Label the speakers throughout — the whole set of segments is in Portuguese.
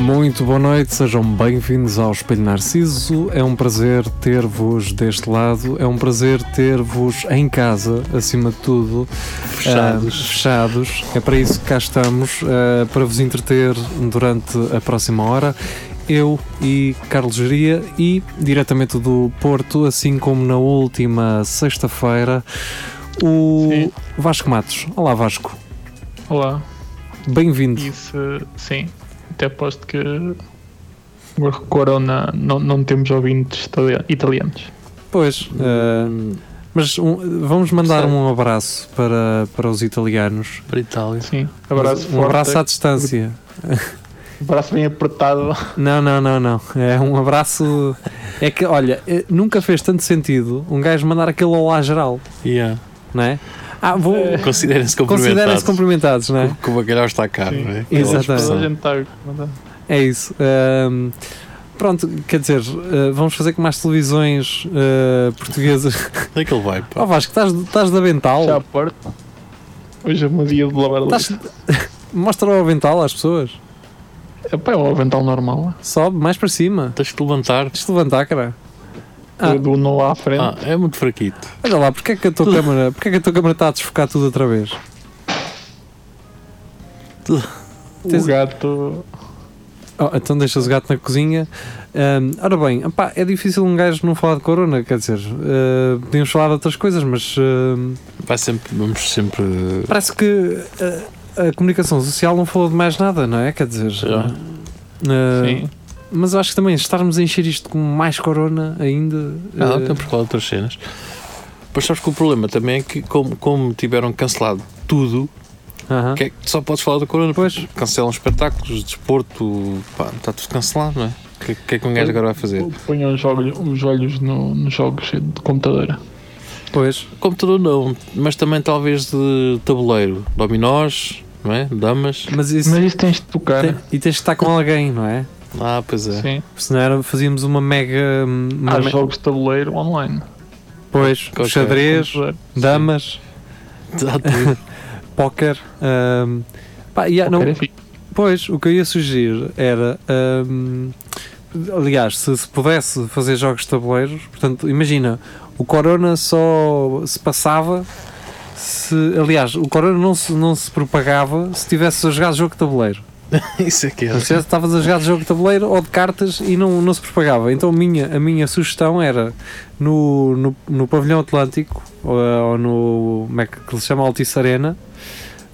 Speaker 1: Muito boa noite, sejam bem-vindos ao Espelho Narciso. É um prazer ter-vos deste lado, é um prazer ter-vos em casa, acima de tudo.
Speaker 2: Fechados.
Speaker 1: ah, fechados. É para isso que cá estamos, ah, para vos entreter durante a próxima hora. Eu e Carlos Geria e diretamente do Porto, assim como na última sexta-feira, o
Speaker 3: Sim.
Speaker 1: Vasco Matos. Olá, Vasco.
Speaker 3: Olá,
Speaker 1: Bem-vindo.
Speaker 3: isso sim, até aposto que o Corona não, não temos ouvintes itali- italianos.
Speaker 1: Pois, eh, mas um- vamos mandar um abraço para, para os italianos.
Speaker 2: para a Itália.
Speaker 3: Sim, abraço
Speaker 1: um
Speaker 3: forte,
Speaker 1: abraço à distância.
Speaker 3: abraço bem apertado.
Speaker 1: Não, não, não, não. É um abraço. É que, olha, eh, nunca fez tanto sentido um gajo mandar aquele olá geral,
Speaker 2: Yeah.
Speaker 1: não é? Ah, vou.
Speaker 2: Considerem-se cumprimentados.
Speaker 1: Considerem-se cumprimentados, não é?
Speaker 2: Que o bacalhau está caro,
Speaker 3: Sim.
Speaker 2: não é?
Speaker 1: Exatamente.
Speaker 2: Aquela expressão.
Speaker 3: A gente tá-
Speaker 1: É isso. Ahm, pronto, quer dizer, eh, vamos fazer com mais televisões eh, portuguesas.
Speaker 2: Onde é que ele vai, pá?
Speaker 1: Oh, Vasco, estás, estás de avental?
Speaker 3: já à porta. Hoje é um dia de lavar
Speaker 1: Estás-
Speaker 3: lixo.
Speaker 1: Mostra o avental às pessoas.
Speaker 3: Epá, É o avental normal,
Speaker 1: Sobe mais para cima.
Speaker 2: Ah, Tens de te levantar.
Speaker 1: Tens de levantar, cara. Ah.
Speaker 3: do- do não um lá à frente.
Speaker 2: Ah, é muito fraquito.
Speaker 1: Olha lá, porque é que a tua câmara, porque é que a tua câmara está a desfocar tudo outra vez? tens-
Speaker 3: o gato
Speaker 1: Oh, então deixas o gato na cozinha. Ahm, ora bem, opá, é difícil um gajo não falar de corona, quer dizer, ah, podíamos falar de outras coisas, mas ahm,
Speaker 2: Vai sempre, vamos sempre.
Speaker 1: parece que ah, a comunicação social não falou de mais nada, não é? Quer dizer,
Speaker 2: Já.
Speaker 1: ah,
Speaker 3: sim,
Speaker 1: mas eu acho que também estarmos a encher isto com mais corona ainda.
Speaker 2: Não,
Speaker 1: ah,
Speaker 2: tem por falar outras cenas. Mas sabes que o problema também é que, como, como tiveram cancelado tudo,
Speaker 1: aham.
Speaker 2: que é que só podes falar do Corona?
Speaker 1: Pois.
Speaker 2: porque Cancelam espetáculos, desporto, pá, está tudo cancelado, não é? O que, que é que um gajo agora vai fazer?
Speaker 3: ponham os olhos, os olhos no- nos jogos de computador.
Speaker 1: Pois,
Speaker 2: Computador não, mas também talvez de tabuleiro, dominós, não é? Damas.
Speaker 1: mas isso.
Speaker 3: Mas isso tens de tocar.
Speaker 1: tem- e tens de estar com alguém, não é?
Speaker 2: Ah, pois é.
Speaker 3: Sim,
Speaker 1: Senão era, fazíamos uma mega. hum, Uma
Speaker 3: há
Speaker 1: me-
Speaker 3: jogos de tabuleiro online.
Speaker 1: Pois,
Speaker 2: Ok.
Speaker 1: xadrez, damas,
Speaker 2: Está tudo.
Speaker 1: póquer. ahm, pá, e há- não-
Speaker 3: Era é fixe.
Speaker 1: pois, o que eu ia sugerir era. ahm, aliás, se, se pudesse fazer jogos de tabuleiros, portanto, imagina, o Corona só se passava. Se, aliás, o Corona não se, não se propagava se tivesse a jogar jogo de tabuleiro.
Speaker 2: Isso é que é.
Speaker 1: Se tivesse- estavas a jogar jogo de tabuleiro ou de cartas e não, não se propagava. Então a minha, a minha sugestão era no, no, no pavilhão atlântico ou, ou no como é que que se chama Altice Arena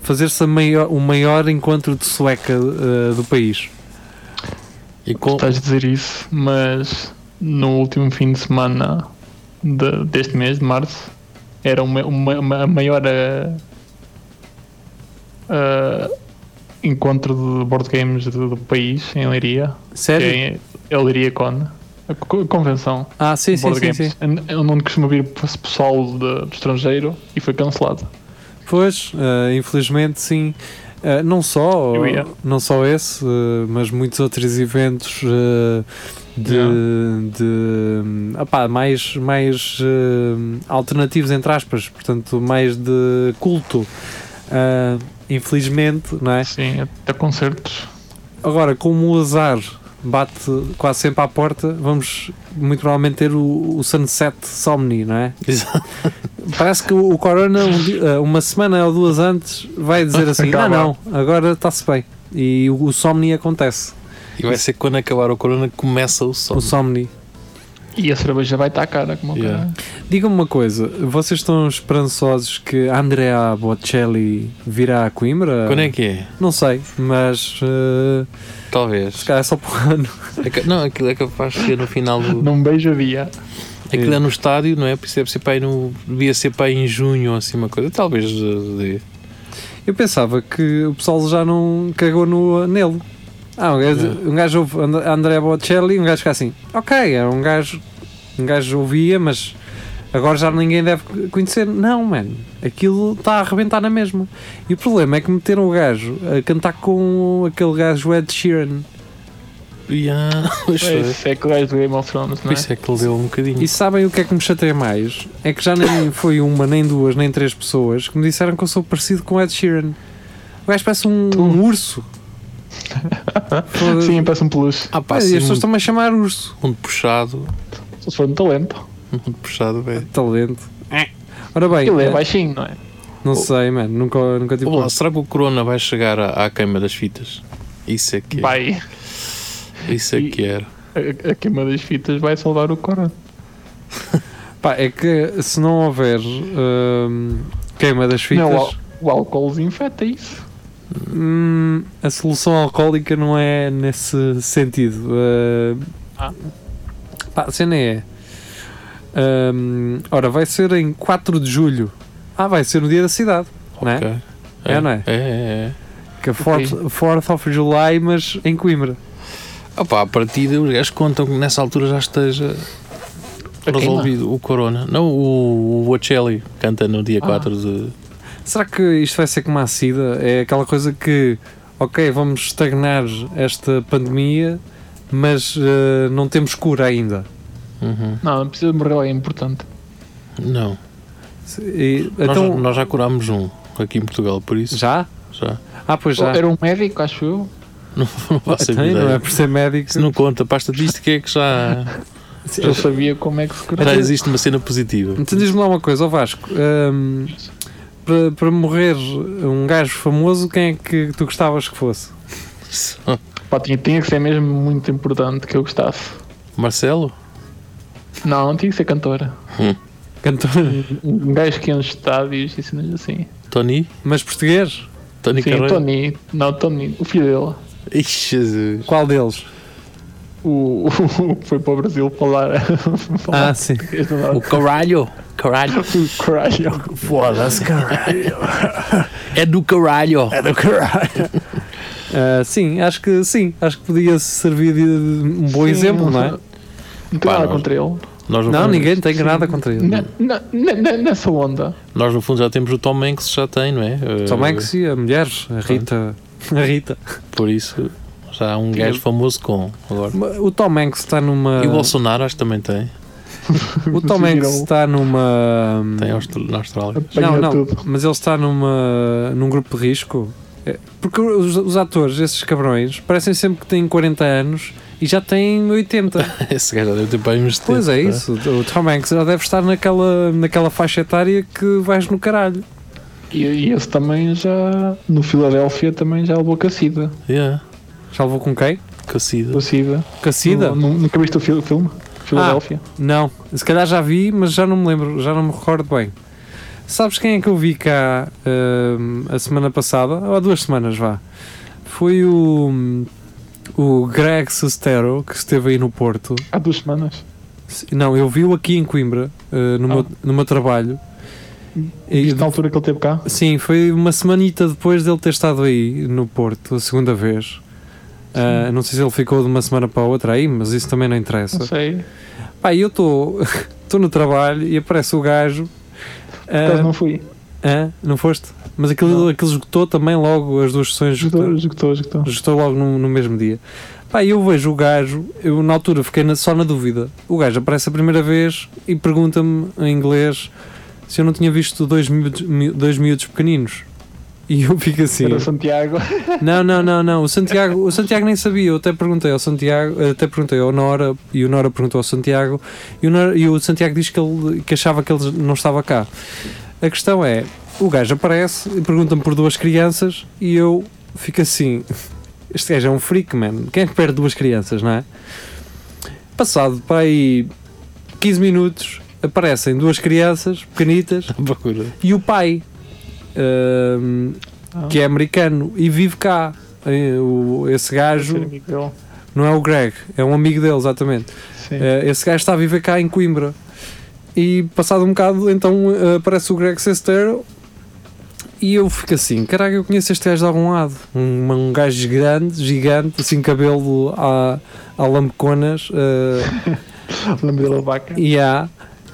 Speaker 1: fazer-se a maior- o maior encontro de sueca eh, do país.
Speaker 2: E com,
Speaker 3: Estás a dizer isso, mas no último fim de semana de- deste mês, de março, era uma, uma- uma- a maior eh, eh, encontro de board games do, do país em Leiria.
Speaker 1: Sério?
Speaker 3: Que é a Leiria Con, a co- convenção
Speaker 1: Ah, sim,
Speaker 3: de
Speaker 1: sim,
Speaker 3: board
Speaker 1: sim,
Speaker 3: games.
Speaker 1: sim.
Speaker 3: É Onde costuma vir pessoal de, do estrangeiro e foi cancelado.
Speaker 1: Pois, eh, infelizmente sim. Eh, não só,
Speaker 3: Eu ia.
Speaker 1: não só esse, eh, mas muitos outros eventos eh, de,
Speaker 3: Yeah.
Speaker 1: de, hum, opá, mais, mais eh, alternativos entre aspas, portanto, mais de culto. Ah, infelizmente, não é?
Speaker 3: Sim, até concertos.
Speaker 1: Agora, como o azar bate quase sempre à porta, vamos muito provavelmente ter o, o Sunset Somni, não é?
Speaker 2: Exato.
Speaker 1: Parece que o o Corona, um di- eh, uma semana ou duas antes, vai dizer assim: não,
Speaker 3: Acaba.
Speaker 1: não, agora está-se bem. E o, o Somni acontece.
Speaker 2: E vai ser quando acabar o corona que começa o sol.
Speaker 1: O Somni.
Speaker 3: E a cerveja vai estar cara, como
Speaker 2: Yeah.
Speaker 3: yeah.
Speaker 1: Diga-me uma coisa: vocês estão esperançosos que Andrea Bocelli virá a Coimbra?
Speaker 2: Quando é que é?
Speaker 1: Não sei, mas eh, se
Speaker 2: Talvez.
Speaker 1: calhar é só por ano.
Speaker 2: É ca- Não, aquilo é capaz de ser no final do.
Speaker 3: Num beijo havia.
Speaker 2: Aquilo é no estádio, não é? Por isso deve ser para aí no. Devia ser para aí em junho ou assim uma coisa. Talvez de. de-
Speaker 1: Eu pensava que o pessoal já não cagou no, nele. Ah, um gajo, um gajo ouve And- Andrea Bocelli e um gajo fica assim: ok, é um gajo. Um gajo ouvia, mas Agora já ninguém deve conhecer. Não, mano. Aquilo está a arrebentar na mesma. E o problema é que meteram o gajo a cantar com aquele gajo Ed Sheeran.
Speaker 2: Yeah, pois foi.
Speaker 3: Isso é que o gajo do Game of Thrones, não
Speaker 2: Por
Speaker 3: é?
Speaker 2: isso é que ele deu um bocadinho.
Speaker 1: E sabem o que é que me chateia mais? É que já nem foi uma, nem duas, nem três pessoas que me disseram que eu sou parecido com Ed Sheeran. O gajo parece um,
Speaker 3: Tu.
Speaker 1: um urso.
Speaker 3: Sim, parece um peluche.
Speaker 2: Ah,
Speaker 1: Pá,
Speaker 2: pá,
Speaker 1: e as
Speaker 2: assim,
Speaker 1: pessoas
Speaker 2: muito,
Speaker 1: estão-me a chamar urso.
Speaker 2: muito puxado.
Speaker 3: Se for um talento.
Speaker 2: Muito puxado, é. velho.
Speaker 1: Talento. Ora bem,
Speaker 3: Ele é
Speaker 2: né?
Speaker 1: eh,
Speaker 3: baixinho, não é?
Speaker 1: não sei, mano. Nunca, nunca tive.
Speaker 2: Olá,
Speaker 1: conta.
Speaker 2: Tipo, será que o Corona vai chegar à, à queima das fitas? Isso é que,
Speaker 3: Vai.
Speaker 2: Isso é que era.
Speaker 3: A, a queima das fitas vai salvar o Corona.
Speaker 1: Pá, é que se não houver hum, queima das fitas,
Speaker 3: Não, o, al- o álcool desinfeta isso.
Speaker 1: hum, a solução alcoólica não é nesse sentido. Uh,
Speaker 3: Ah.
Speaker 1: Pá, a cena é. hum, ora, vai ser em 4 de julho. Ah, vai ser no dia da cidade. Não é?
Speaker 2: Ok.
Speaker 1: É, não é?
Speaker 2: É, é, é.
Speaker 1: Que é 4th, 4th of July, mas em Coimbra.
Speaker 2: Ah, pá, a partida, os gajos contam que nessa altura já esteja
Speaker 3: A queima.
Speaker 2: resolvido o Corona. Não, o, o Bocelli canta no dia
Speaker 3: Ah.
Speaker 2: 4 de.
Speaker 1: Será que isto vai ser como a SIDA? É aquela coisa que, ok, vamos estagnar esta pandemia, mas eh, não temos cura ainda.
Speaker 2: Uhum.
Speaker 3: Não, não precisa de morrer alguém importante.
Speaker 2: Não.
Speaker 1: Se- e-
Speaker 2: Nós já-
Speaker 1: então,
Speaker 2: nós, já curámos um aqui em Portugal, por isso.
Speaker 1: já?
Speaker 2: Já.
Speaker 1: Ah, pois já.
Speaker 3: Era um médico, acho eu.
Speaker 2: Não, não faço a
Speaker 1: Tem, não
Speaker 2: ideia.
Speaker 1: é por ser médico.
Speaker 2: Isso não conta. Para a estatística é que já,
Speaker 1: Sim.
Speaker 3: Eu sabia como é que se curava.
Speaker 2: já existe uma cena positiva.
Speaker 1: Então diz-me lá uma coisa, ó Vasco. hum, para, para morrer um gajo famoso, quem é que tu gostavas que fosse?
Speaker 3: Pá, tinha, tinha que ser mesmo muito importante que eu gostasse.
Speaker 2: Marcelo?
Speaker 3: Não, não tinha que ser cantora.
Speaker 1: Cantor,
Speaker 2: Hum.
Speaker 3: Um gajo que ia nos estádios e cenas assim.
Speaker 2: Tony?
Speaker 1: mas português?
Speaker 2: Tony
Speaker 3: Sim,
Speaker 2: Carreira?
Speaker 3: Tony. Não, Tony. O filho dele.
Speaker 2: Ixi, Jesus.
Speaker 1: Qual deles?
Speaker 3: O, o, o que foi para o Brasil falar. falar
Speaker 1: Ah, sim.
Speaker 3: português, não dá-
Speaker 2: O caralho? Caralho.
Speaker 3: o caralho.
Speaker 2: Foda-se, caralho. É do caralho. É do caralho.
Speaker 1: Ah, sim, acho que sim. Acho que podia servir de um bom
Speaker 3: Sim,
Speaker 1: exemplo, não é?
Speaker 3: Não
Speaker 2: Pá,
Speaker 3: tenho nada
Speaker 2: nós-
Speaker 3: contra ele.
Speaker 2: Nós no,
Speaker 1: Não,
Speaker 2: fundo,
Speaker 1: ninguém tem nada contra ele.
Speaker 3: Na, na, na- na- nessa onda.
Speaker 2: nós no fundo já temos o Tom Hanks, já tem, não é? Eh,
Speaker 1: Tom Hanks e a mulher, a Rita. A Rita.
Speaker 2: Por isso, já há um gajo famoso com agora.
Speaker 1: O Tom Hanks está numa.
Speaker 2: E o Bolsonaro acho que também tem.
Speaker 1: O Tom Hanks
Speaker 3: Conseguiram
Speaker 1: está numa.
Speaker 2: Tem Austra- na Austrália.
Speaker 1: Não,
Speaker 3: apanhar
Speaker 1: não,
Speaker 3: tudo.
Speaker 1: mas ele está numa, num grupo de risco. É, Porque os, os atores, esses cabrões, parecem sempre que têm 40 anos e já têm 80.
Speaker 2: Esse gajo já deve ter para aí uns
Speaker 1: pois é
Speaker 2: 70,
Speaker 1: isso. O Tom Hanks já deve estar naquela, naquela faixa etária que vais no caralho.
Speaker 3: E, e esse também já. No Filadélfia também já levou cacida.
Speaker 2: não é? Yeah,
Speaker 1: Já levou com quem?
Speaker 2: cacida.
Speaker 3: Cacida.
Speaker 1: Cacida?
Speaker 3: Nu- nu- Nunca viste o fil- filme? Filadélfia.
Speaker 1: Não, se calhar já vi, mas já não me lembro, já não me recordo bem. Sabes quem é que eu vi cá hum, a semana passada? Ou há duas semanas, vá. Foi o, hum, o Greg Sestero, que esteve aí no Porto.
Speaker 3: Há duas semanas.
Speaker 1: Se- Não, eu vi-o aqui em Coimbra, eh, no, meu, no meu trabalho. E-
Speaker 3: Viste na altura que ele teve cá?
Speaker 1: sim, foi uma semanita depois dele ter estado aí no Porto, a segunda vez. Ah, não sei se ele ficou de uma semana para a outra aí, mas isso também não interessa.
Speaker 3: Não sei.
Speaker 1: Pá, e eu estou no trabalho e aparece o gajo. Ah,
Speaker 3: Quase não fui.
Speaker 1: hã? não foste? Mas aquilo,
Speaker 3: Não.
Speaker 1: aquilo esgotou também logo, as duas sessões
Speaker 3: Esgotou,
Speaker 1: esgotou-
Speaker 3: esgotou, esgotou.
Speaker 1: esgotou logo no, no mesmo dia. Pá, e eu vejo o gajo, eu na altura fiquei na- só na dúvida. O gajo aparece a primeira vez e pergunta-me em inglês se eu não tinha visto dois miúdos, mi- dois miúdos pequeninos. E eu fico assim.
Speaker 3: Era Santiago.
Speaker 1: Não, não, não, não. O Santiago, o Santiago nem sabia. Eu até perguntei ao Santiago, até perguntei ao Nora e o Nora perguntou ao Santiago e o, Nora- e o Santiago diz que, ele, que achava que ele não estava cá. A questão é, o gajo aparece e pergunta-me por duas crianças e eu fico assim. Este gajo é um freak, man. Quem é que perde duas crianças, não é? Passado para aí 15 minutos aparecem duas crianças pequenitas
Speaker 2: À procura.
Speaker 1: e o pai, ahm,
Speaker 3: Ah.
Speaker 1: que é americano e vive cá. Eh, o- Esse
Speaker 3: Ser
Speaker 1: gajo
Speaker 3: amigo dele.
Speaker 1: não é o Greg, é um amigo dele, exatamente.
Speaker 3: Sim.
Speaker 1: Eh, Esse gajo está a viver cá em Coimbra. E passado um bocado, então eh, aparece o Greg Sestero e eu fico assim: caraca, eu conheço este gajo de algum lado. Um, um gajo grande, gigante, assim, cabelo a, a lambeconas. eh,
Speaker 3: Lembro dele a vaca.
Speaker 1: e há-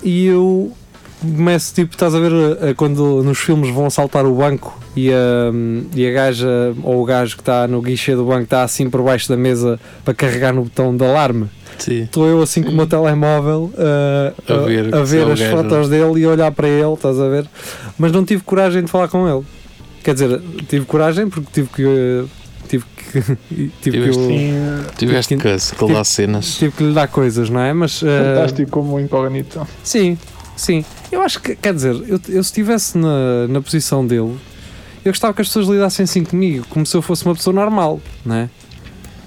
Speaker 1: E eu comece tipo, estás a ver a- a quando nos filmes vão assaltar o banco e a, e a gaja ou o gajo que está no guichê do banco está assim por baixo da mesa para carregar no botão de alarme.
Speaker 2: Sim.
Speaker 1: Estou eu assim com o meu telemóvel uh,
Speaker 2: Hum. A
Speaker 1: a,
Speaker 2: ver
Speaker 1: a
Speaker 2: se é
Speaker 1: ver
Speaker 2: o
Speaker 1: as
Speaker 2: gajo.
Speaker 1: fotos dele e olhar para ele, estás a ver? Mas não tive coragem de falar com ele. Quer dizer, tive coragem porque tive que. uh, Tive que, tive que,
Speaker 2: Tiveste-
Speaker 1: o-
Speaker 3: Sim,
Speaker 2: Tiveste
Speaker 1: Tive-
Speaker 2: caso, que lá cenas.
Speaker 1: tive que lhe dar coisas, não é? Mas. uh,
Speaker 3: fantástico como incógnito.
Speaker 1: Sim, sim. Eu acho que, quer dizer, eu, eu se estivesse na, na posição dele, eu gostava que as pessoas lidassem assim comigo, como se eu fosse uma pessoa normal, não é?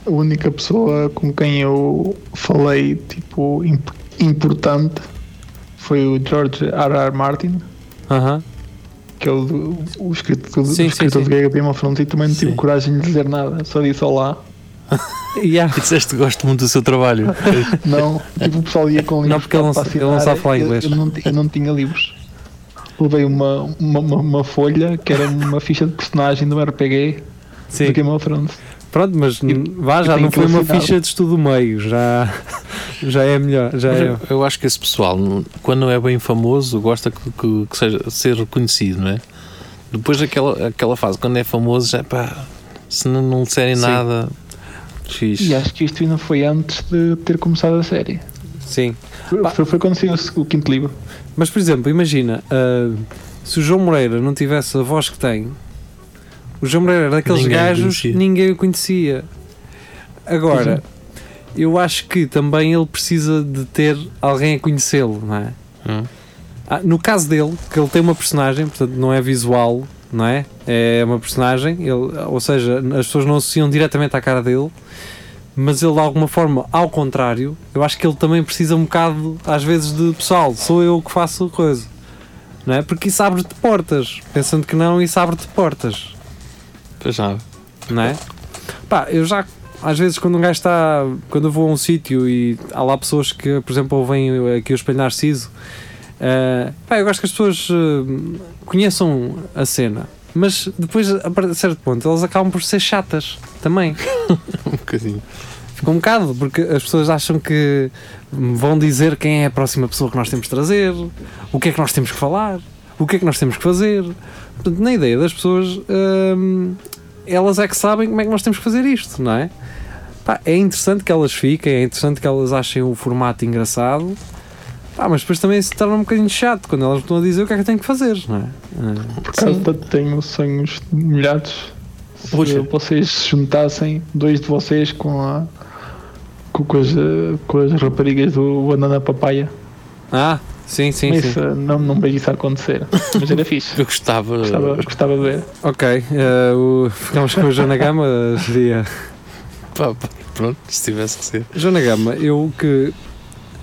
Speaker 3: A única pessoa com quem eu falei, tipo, imp- importante foi o George R.R. Martin,
Speaker 1: Aham.
Speaker 3: que é o, do- o escritor,
Speaker 1: Sim, sim,
Speaker 3: o escritor
Speaker 1: sim.
Speaker 3: de Gaga Prima Fronte, e também não tive
Speaker 2: Sim.
Speaker 3: coragem de lhe dizer nada, só disse olá.
Speaker 1: Yeah.
Speaker 2: E disseste que gosto muito do seu trabalho.
Speaker 3: Não, tipo, o pessoal ia com livros.
Speaker 1: Não, porque ele não
Speaker 3: para
Speaker 1: sa- ele não
Speaker 3: assinar,
Speaker 1: sabe falar
Speaker 3: eu-
Speaker 1: inglês.
Speaker 3: Eu, não, ti- eu não tinha livros. Levei uma, uma, uma- uma folha que era uma ficha de personagem de um RPG
Speaker 1: Sim.
Speaker 3: do Game of Thrones.
Speaker 1: Pronto, mas n- vá,
Speaker 3: e
Speaker 1: já
Speaker 3: tem
Speaker 1: não foi uma
Speaker 3: aquele
Speaker 1: ficha de estudo meio, já, já é melhor, já é.
Speaker 2: Eu acho que esse pessoal, quando não é bem famoso, gosta que, que- que seja de ser reconhecido, não é? Depois daquela aquela fase, quando é famoso, já pá, se não, não disserem
Speaker 1: Sim. é.
Speaker 2: nada, fixe.
Speaker 3: E acho que isto ainda foi antes de ter começado a série.
Speaker 1: Sim.
Speaker 3: Foi,
Speaker 1: Pá.
Speaker 3: foi- foi quando saiu o se- o quinto livro.
Speaker 1: Mas, por exemplo, imagina, ah, se o João Moreira não tivesse a voz que tem, o João Moreira era daqueles
Speaker 2: Ninguém o
Speaker 1: gajos
Speaker 2: conhecia.
Speaker 1: ninguém o conhecia. Agora,
Speaker 2: é.
Speaker 1: eu acho que também ele precisa de ter alguém a conhecê-lo, não é?
Speaker 2: Hum.
Speaker 1: Ah, no caso dele, que ele tem uma personagem, portanto não é visual, não é? É uma personagem, ele, ou seja, as pessoas não associam diretamente à cara dele, mas ele de alguma forma, ao contrário, eu acho que ele também precisa um bocado, às vezes, de pessoal, sou eu que faço a coisa, não é? Porque isso abre-te portas, pensando que não, isso abre-te portas,
Speaker 2: Pois já. um
Speaker 1: não é? Pá, eu já, às vezes, quando um gajo está, quando eu vou a um sítio e há lá pessoas que, por exemplo, ouvem aqui o Espelho Narciso, ah, pá, eu gosto que as pessoas ah, conheçam a cena, mas depois, a certo ponto, elas acabam por ser chatas também.
Speaker 2: Um bocadinho.
Speaker 1: Ficou um bocado, porque as pessoas acham que vão dizer quem é a próxima pessoa que nós temos de trazer, o que é que nós temos que falar, o que é que nós temos que fazer. Portanto, na ideia das pessoas, hum, elas é que sabem como é que nós temos que fazer isto, não é? Pá, é interessante que elas fiquem, é interessante que elas achem o formato engraçado, Pá, mas depois também se torna um bocadinho chato quando elas me estão a dizer o que é que eu tenho que fazer, não é? Ah,
Speaker 3: Por acaso tenho sonhos molhados. Se
Speaker 2: Puxa.
Speaker 3: vocês se juntassem, dois de vocês, com a. Com, com as, eh, com as raparigas do Banana Papaya.
Speaker 1: Ah, sim, sim,
Speaker 3: Mas
Speaker 1: sim.
Speaker 3: isso, eh, não, não vejo isso a acontecer. Mas era fixe.
Speaker 2: Eu gostava.
Speaker 3: Gostava, gostava de ver.
Speaker 1: Ok, ah, o- ficamos com a Joana Gama, seria.
Speaker 2: pá, pá, pronto, se tivesse que ser.
Speaker 1: Joana Gama, eu que.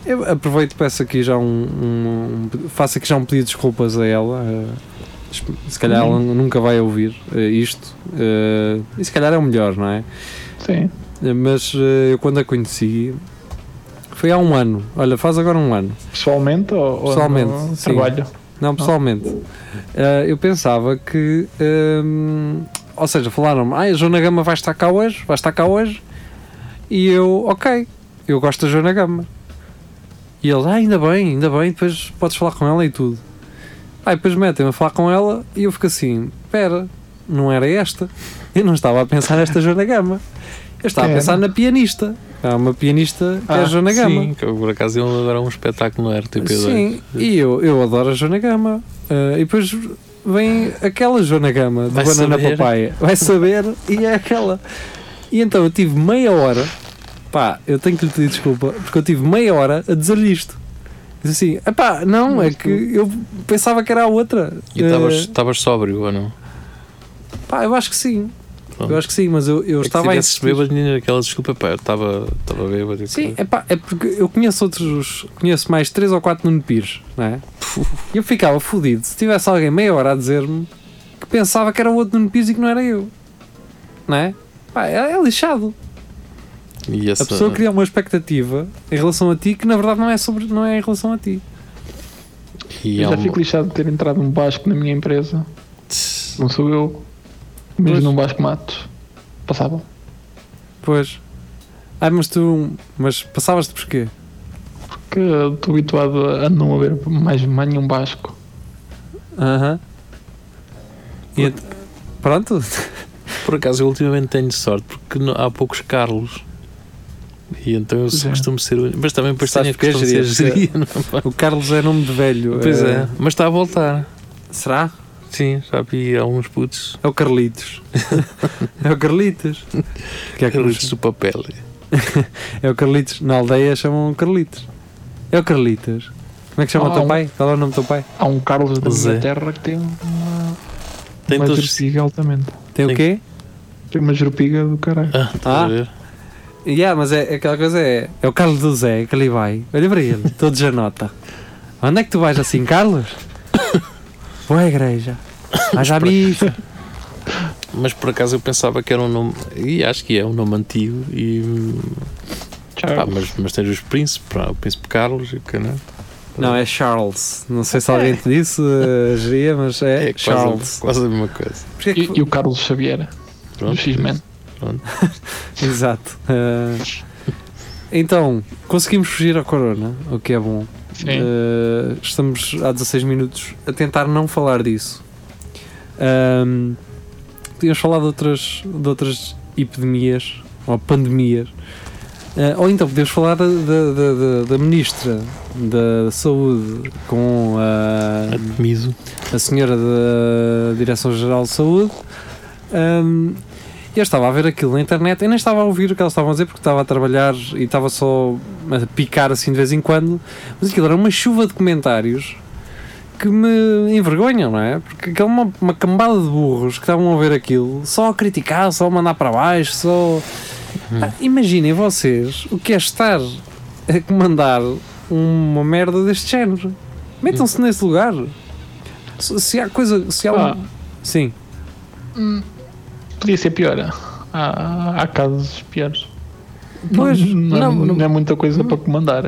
Speaker 1: Eu aproveito e peço aqui já um, um- um- Faço aqui já um pedido de desculpas a ela. eh, se calhar ela nunca vai ouvir eh, isto. eh, e se calhar é o melhor, não é?
Speaker 3: Sim.
Speaker 1: Eh, Mas eh, eu quando a conheci. Foi há um ano. Olha, faz agora um ano.
Speaker 3: Pessoalmente ou, ou
Speaker 1: Pessoalmente,
Speaker 3: no
Speaker 1: sim.
Speaker 3: trabalho?
Speaker 1: Não, pessoalmente. Eh, eu pensava que. hum, ou seja, falaram-me, ah, a Joana Gama vai estar cá hoje, vai estar cá hoje. E eu, ok, eu gosto da Joana Gama. E eles, ah, ainda bem, ainda bem, depois podes falar com ela e tudo. Aí depois metem-me a falar com ela e eu fico assim, espera, não era esta. Eu não estava a pensar nesta Joana Gama. Eu estava
Speaker 3: Quem
Speaker 1: a
Speaker 3: era?
Speaker 1: pensar na pianista. Há uma pianista que é a
Speaker 3: Ah,
Speaker 1: Joana Gama.
Speaker 2: Sim, que eu, por acaso iam agora um espetáculo no RTP2.
Speaker 1: Sim, e eu, eu adoro a Joana Gama. Ah, e depois vem aquela Joana Gama de
Speaker 2: Vai
Speaker 1: Banana
Speaker 2: saber.
Speaker 1: Papaya. Vai saber e é aquela. E então eu tive meia hora, pá, eu tenho que lhe pedir desculpa, porque eu tive meia hora a dizer-lhe isto. Diz assim, epá, não, é que eu pensava que era a outra.
Speaker 2: E
Speaker 1: Eh,
Speaker 2: estavas estavas sóbrio ou não? É
Speaker 1: Ah, pá, eu acho que sim.
Speaker 2: Pronto.
Speaker 1: Eu acho que sim, mas eu, eu
Speaker 2: É que
Speaker 1: estava a
Speaker 2: se tivesses
Speaker 1: insistir.
Speaker 2: bêbado, menina, aquela desculpa, pá, eu estava estava bêbado. e
Speaker 1: Sim,
Speaker 2: tudo.
Speaker 1: é pá, é porque eu conheço outros, conheço mais 3 ou 4 Nuno Pires, não é? E eu ficava fodido se tivesse alguém meia hora a dizer-me que pensava que era o outro Nuno Pires e que não era eu, não é? Pá, é, é lixado.
Speaker 2: E essa,
Speaker 1: A pessoa cria uma expectativa em relação a ti que na verdade não é, sobre, não é em relação a ti.
Speaker 2: e
Speaker 3: Eu
Speaker 2: há um
Speaker 3: já
Speaker 2: uma-
Speaker 3: fico lixado de ter entrado um Vasco na minha empresa. Não sou eu. Mas
Speaker 1: Pois.
Speaker 3: num Vasco Matos. Passava.
Speaker 1: Ah, Pois. Ai, mas tu. Mas passavas-te porquê?
Speaker 3: que estou habituado a não haver mais, mais nenhum Vasco.
Speaker 1: Aham. E ent- Pronto.
Speaker 2: Por acaso, eu ultimamente tenho sorte porque não- há poucos Carlos. E então eu
Speaker 3: é.
Speaker 2: costumo ser. o- Mas também depois
Speaker 1: Sabes
Speaker 2: tenho a questão de
Speaker 1: porque é
Speaker 2: ser
Speaker 1: geria,
Speaker 2: geria. não é?
Speaker 1: O Carlos é nome de velho.
Speaker 2: Pois
Speaker 1: eh,
Speaker 2: é, mas está a voltar.
Speaker 1: Será?
Speaker 2: Sim, já vi alguns putos.
Speaker 1: É o Carlitos. é o Carlitos. Que é, como
Speaker 2: Carlitos do papel.
Speaker 1: É o Carlitos. Na aldeia chamam Carlitos. É o Carlitos. Como é que chama o
Speaker 3: Ah,
Speaker 2: Oh.
Speaker 1: teu
Speaker 3: um-
Speaker 1: pai? Qual é o nome do teu pai?
Speaker 3: Há um Carlos da
Speaker 2: Zé.
Speaker 3: minha terra que tem uma,
Speaker 2: Tem
Speaker 3: uma
Speaker 2: todos.
Speaker 3: jurupiga altamente.
Speaker 1: Tem o
Speaker 2: Sim.
Speaker 1: quê?
Speaker 3: Tem uma jurupiga do caralho.
Speaker 2: Ah, está
Speaker 1: Ah.
Speaker 2: a ver?
Speaker 1: Yeah, mas é, é aquela coisa é. É o Carlos do Zé, é que ali vai. Olha para ele, todos já nota. Onde é que tu vais assim, Carlos? Vou à igreja. Vais à missa.
Speaker 2: Mas por acaso eu pensava que era um nome. E acho que é um nome antigo. E.
Speaker 3: Tchau.
Speaker 2: pá, Ah, mas, mas tens os príncipes, pá, o príncipe Carlos e o canal.
Speaker 1: Não, é Charles. Não sei se alguém te disse, eh, geria, mas é,
Speaker 2: É quase,
Speaker 1: Charles.
Speaker 2: quase a mesma coisa.
Speaker 1: Porquê que-
Speaker 3: E, e o Carlos Xavier, do
Speaker 2: é Pronto.
Speaker 3: X-Men.
Speaker 1: Exato. Eh, então, conseguimos fugir ao corona, o que é bom.
Speaker 3: Sim.
Speaker 1: Eh, estamos há 16 minutos a tentar não falar disso. Ahm, podíamos falar de outras, de outras epidemias ou pandemias. Eh, ou então podemos falar da, da- da- da- da Ministra da Saúde com a,
Speaker 2: Admiso.
Speaker 1: a senhora da Direção-Geral de Saúde. Ahm, eu estava a ver aquilo na internet, eu nem estava a ouvir o que elas estavam a dizer porque estava a trabalhar e estava só a picar assim de vez em quando, mas aquilo era uma chuva de comentários que me envergonham, não é? Porque aquela uma, uma cambada de burros que estavam a ver aquilo só a criticar, só a mandar para baixo, só. Ah, imaginem vocês o que é estar a comandar uma merda deste género. Metam-se nesse lugar. Se, se há coisa. Se há um-
Speaker 3: Ah.
Speaker 1: Sim.
Speaker 3: Podia ser pior. Há, há casos piores.
Speaker 1: Pois,
Speaker 3: não,
Speaker 2: não,
Speaker 3: não,
Speaker 2: não-
Speaker 3: é muita coisa para comandar.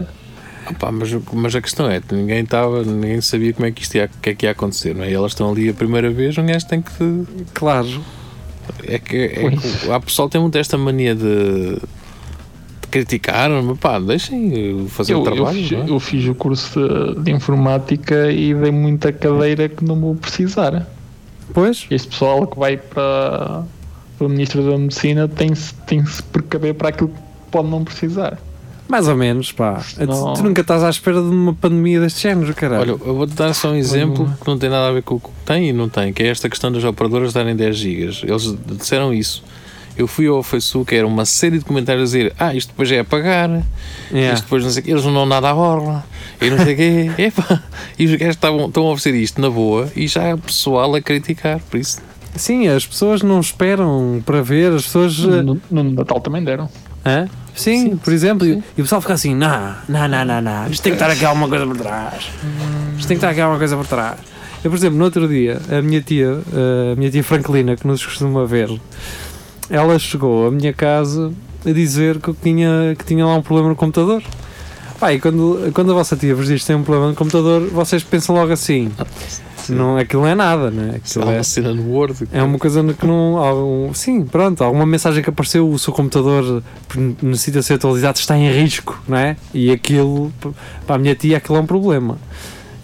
Speaker 2: Ah, pá, mas, o- mas a questão é, ninguém estava, ninguém sabia como é que isto ia, o que é que ia acontecer, não é? E elas estão ali a primeira vez, um gajo tem que.
Speaker 1: Claro.
Speaker 2: É que, é que há pessoal que tem muito esta mania de, de criticar, mas pá, deixem eu fazer
Speaker 3: Eu,
Speaker 2: o
Speaker 3: eu
Speaker 2: trabalho.
Speaker 3: fiz,
Speaker 2: não é?
Speaker 3: eu fiz o curso de, de informática e dei muita cadeira que não vou precisar.
Speaker 1: Pois?
Speaker 3: Este pessoal que vai para, para o Ministro da Medicina tem-se tem -se precaver para aquilo que pode não precisar.
Speaker 1: Mais ou menos, pá. Tu-
Speaker 3: Não.
Speaker 1: Tu nunca estás à espera de uma pandemia deste género, caralho.
Speaker 2: Olha, eu vou-te dar só um exemplo que não tem nada a ver com o que tem e não tem, que é esta questão das operadoras darem 10 gigas. Eles disseram isso. Eu fui ao Facebook, era uma série de comentários a dizer: Ah, isto depois é a pagar,
Speaker 1: Yeah.
Speaker 2: isto depois não sei o quê, eles não dão nada à borla, e não sei o quê. Epá, e os gajos estavam, estão a oferecer isto na boa e já há pessoal a criticar, por isso.
Speaker 1: Sim, as pessoas não esperam para ver, as pessoas. eh,
Speaker 3: No, no Natal também deram.
Speaker 1: hã? Sim, por exemplo, e- e o pessoal fica assim: não, não, não, não, não, isto tem que estar aqui alguma coisa por trás. Isto tem que estar aqui alguma coisa por trás. Eu, por exemplo, no outro dia, a minha tia, eh, a minha tia Franklina, que nos costuma ver, ela chegou à minha casa a dizer que eu tinha, que tinha lá um problema no computador. Pá, e quando, quando a vossa tia vos diz que tem um problema no computador, vocês pensam logo assim: não, aquilo não é nada, né?
Speaker 2: Há
Speaker 1: Aquilo é,
Speaker 2: uma cena no Word.
Speaker 1: É uma coisa que não. Algum, sim, pronto, alguma mensagem que apareceu, o seu computador que necessita ser atualizado, está em risco, não é? E aquilo, p- para a minha tia, aquilo é um problema.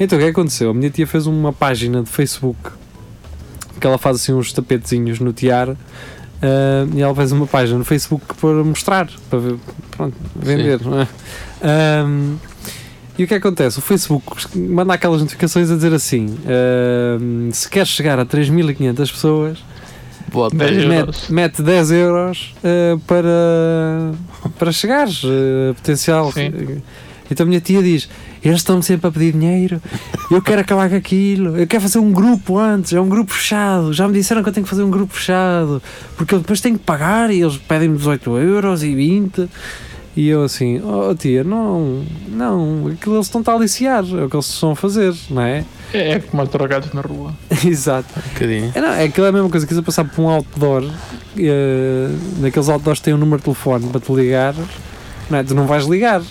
Speaker 1: Então o que é que aconteceu? A minha tia fez uma página de Facebook que ela faz assim uns tapetezinhos no tiar ah, e ela fez uma página no Facebook para mostrar, para ver- pronto, vender, não é? Ahm, e o que acontece? O Facebook manda aquelas notificações a dizer assim: ahm, se queres chegar a 3.500 pessoas,
Speaker 2: Bota.
Speaker 3: Dez
Speaker 2: aí.
Speaker 3: euros.
Speaker 1: mete, mete 10 euros eh, para, para chegares, eh, potencial.
Speaker 3: Sim.
Speaker 1: Então a minha tia diz: Eles estão-me sempre a pedir dinheiro, eu quero acabar com aquilo, eu quero fazer um grupo antes, é um grupo fechado. Já me disseram que eu tenho que fazer um grupo fechado, porque eu depois tenho que pagar e eles pedem-me 18 euros e 20. E eu assim, oh tia, não, não, aquilo eles estão a aliciar, é o que eles estão a fazer, não é?
Speaker 3: É, é como os drogados na rua.
Speaker 1: Exato.
Speaker 2: Um bocadinho.
Speaker 1: É, não, é aquilo é a mesma coisa, quis eu passar por um outdoor, eh, naqueles outdoors tem um número de telefone para te ligar, não é? tu não vais ligar.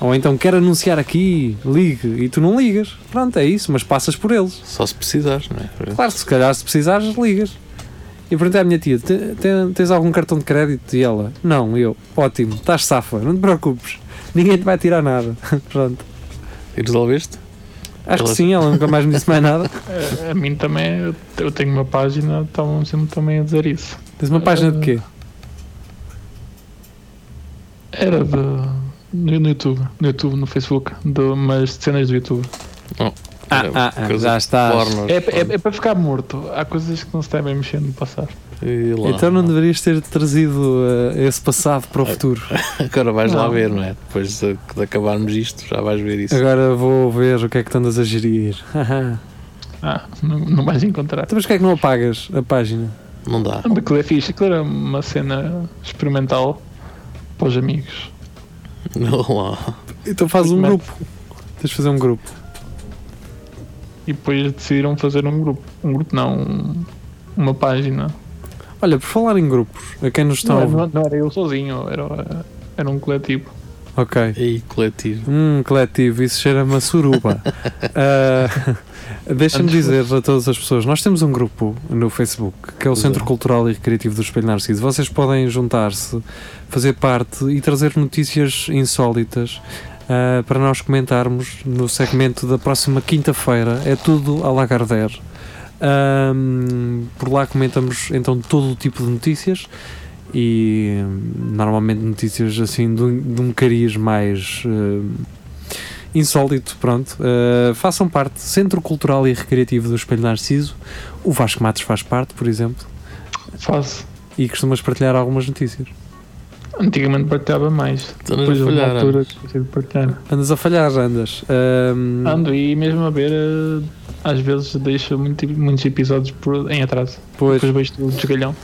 Speaker 1: Ou então quer anunciar aqui, ligue, e tu não ligas. Pronto, é isso, mas passas por eles.
Speaker 2: Só se precisares, não é?
Speaker 1: Claro, se calhar se precisares, ligas. E perguntei à minha tia: "Te- te- Tens algum cartão de crédito? E ela: Não, E eu: Ótimo, estás safa, não te preocupes, ninguém te vai tirar nada. Pronto.
Speaker 2: E resolveste?
Speaker 1: Acho que
Speaker 2: Ela-
Speaker 1: sim, ela nunca mais me disse mais nada.
Speaker 3: É, A, a mim também, eu- eu tenho uma página, estavam sempre também a dizer isso.
Speaker 1: Tens uma página de quê?
Speaker 3: Era de, no, no YouTube, no YouTube, no Facebook, de, mas de cenas do YouTube.
Speaker 1: Ah,
Speaker 2: Era
Speaker 1: ah, ah,
Speaker 2: coisa
Speaker 1: já
Speaker 2: de
Speaker 1: estás.
Speaker 2: porno,
Speaker 3: É, é,
Speaker 2: porno.
Speaker 3: é para ficar morto. Há coisas que não se devem mexer no passado.
Speaker 2: E lá, É,
Speaker 1: Então não deverias ter trazido eh, esse passado para o futuro.
Speaker 2: Agora vais lá
Speaker 3: Não.
Speaker 2: ver, não é? Depois de, de acabarmos isto, já vais ver isso.
Speaker 1: Agora vou ver o que é que tu andas a gerir. Haha.
Speaker 3: Ah, não, não vais encontrar.
Speaker 1: então, mas que é que não apagas a página?
Speaker 2: Não dá.
Speaker 3: Ah, mas Aquilo é fixe, aquilo era uma cena experimental para os amigos.
Speaker 2: Não lá.
Speaker 1: Então faz um
Speaker 3: Mas-
Speaker 1: grupo. Tens de fazer um grupo.
Speaker 3: E depois decidiram fazer um grupo. Um grupo não, um- uma página.
Speaker 1: Olha, por falar em grupos, a quem nos estão. a
Speaker 3: Não, é
Speaker 1: ouvir-
Speaker 3: não, não era eu sozinho, era, era um coletivo.
Speaker 1: Ok.
Speaker 2: E É coletivo.
Speaker 1: Hum, coletivo, isso cheira-me a suruba. Ah, Deixa-me dizer a todas as pessoas: nós temos um grupo no Facebook que é o
Speaker 2: Pois
Speaker 1: Centro
Speaker 2: é.
Speaker 1: Cultural e Recreativo do Espelho Narciso. Vocês podem juntar-se, fazer parte e trazer notícias insólitas ah, para nós comentarmos no segmento da próxima quinta-feira. É tudo a Lagardère. Ahm, por lá comentamos então todo o tipo de notícias e hum, normalmente notícias assim de um, de um cariz mais hum, insólito, pronto. Uh, façam parte, Centro Cultural e Recreativo do Espelho Narciso. O Vasco Matos faz parte, por exemplo,
Speaker 3: Faço.
Speaker 1: e costumas partilhar algumas notícias.
Speaker 3: Antigamente partilhava mais.
Speaker 2: Então não
Speaker 3: Depois houve uma
Speaker 2: falhar.
Speaker 3: altura que deixei de partilhar.
Speaker 1: Andas a falhar, andas. Eh, Ahm,
Speaker 3: Ando e mesmo a ver, eh, às vezes deixo muito- muitos episódios por- em atraso.
Speaker 1: pois,
Speaker 3: Depois vejo tudo desgalhão.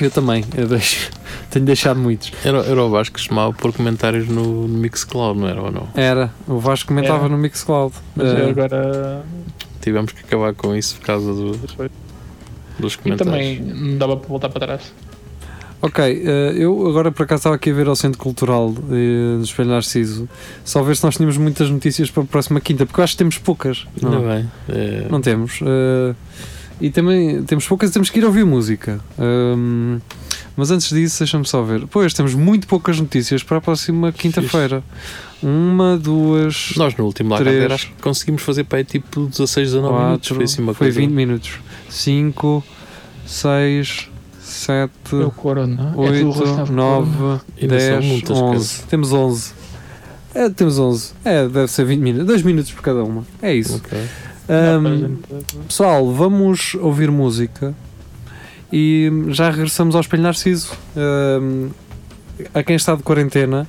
Speaker 1: eu também, eu deixo- tenho deixado muitos.
Speaker 2: Era, era o Vasco que chamava por comentários no, no Mixcloud, não era ou não?
Speaker 1: Era, o Vasco comentava
Speaker 3: Era.
Speaker 1: no Mixcloud.
Speaker 3: Mas
Speaker 1: Ah,
Speaker 3: eu agora.
Speaker 2: Tivemos que acabar com isso por causa do- dos
Speaker 3: E
Speaker 2: comentários.
Speaker 3: também não dava para voltar para trás.
Speaker 1: Ok, eh, eu agora por acaso estava aqui a ver ao Centro Cultural eh, do Espelho Narciso, só ver se nós tínhamos muitas notícias para a próxima quinta, porque eu acho que temos poucas.
Speaker 2: Ainda
Speaker 1: Não,
Speaker 2: bem. É,
Speaker 1: não temos. eh, e também temos poucas e temos que ir ouvir música. Ahm, mas antes disso, deixa-me só ver. Pois, temos muito poucas notícias para a próxima quinta-feira. Uma, duas,
Speaker 2: Nós no último lá
Speaker 1: Três.
Speaker 2: Cadeira, acho que conseguimos fazer para aí tipo 16, 19 minutos.
Speaker 1: quatro,
Speaker 2: Foi assim uma
Speaker 1: foi
Speaker 2: coisa.
Speaker 1: 20 minutos. Cinco, seis, sete...
Speaker 3: É o Corona. é tudo
Speaker 1: 8,
Speaker 3: relacionado com
Speaker 1: 9,
Speaker 2: Ainda são
Speaker 1: 10,
Speaker 2: muitas
Speaker 1: 11. Temos 11. É, temos 11. É, deve ser 20 minutos. 2 minutos por cada uma. É isso.
Speaker 2: Ok.
Speaker 3: Corona.
Speaker 1: Ahm, pessoal, vamos ouvir música e já regressamos ao Espelho Narciso. Ahm, a quem está de quarentena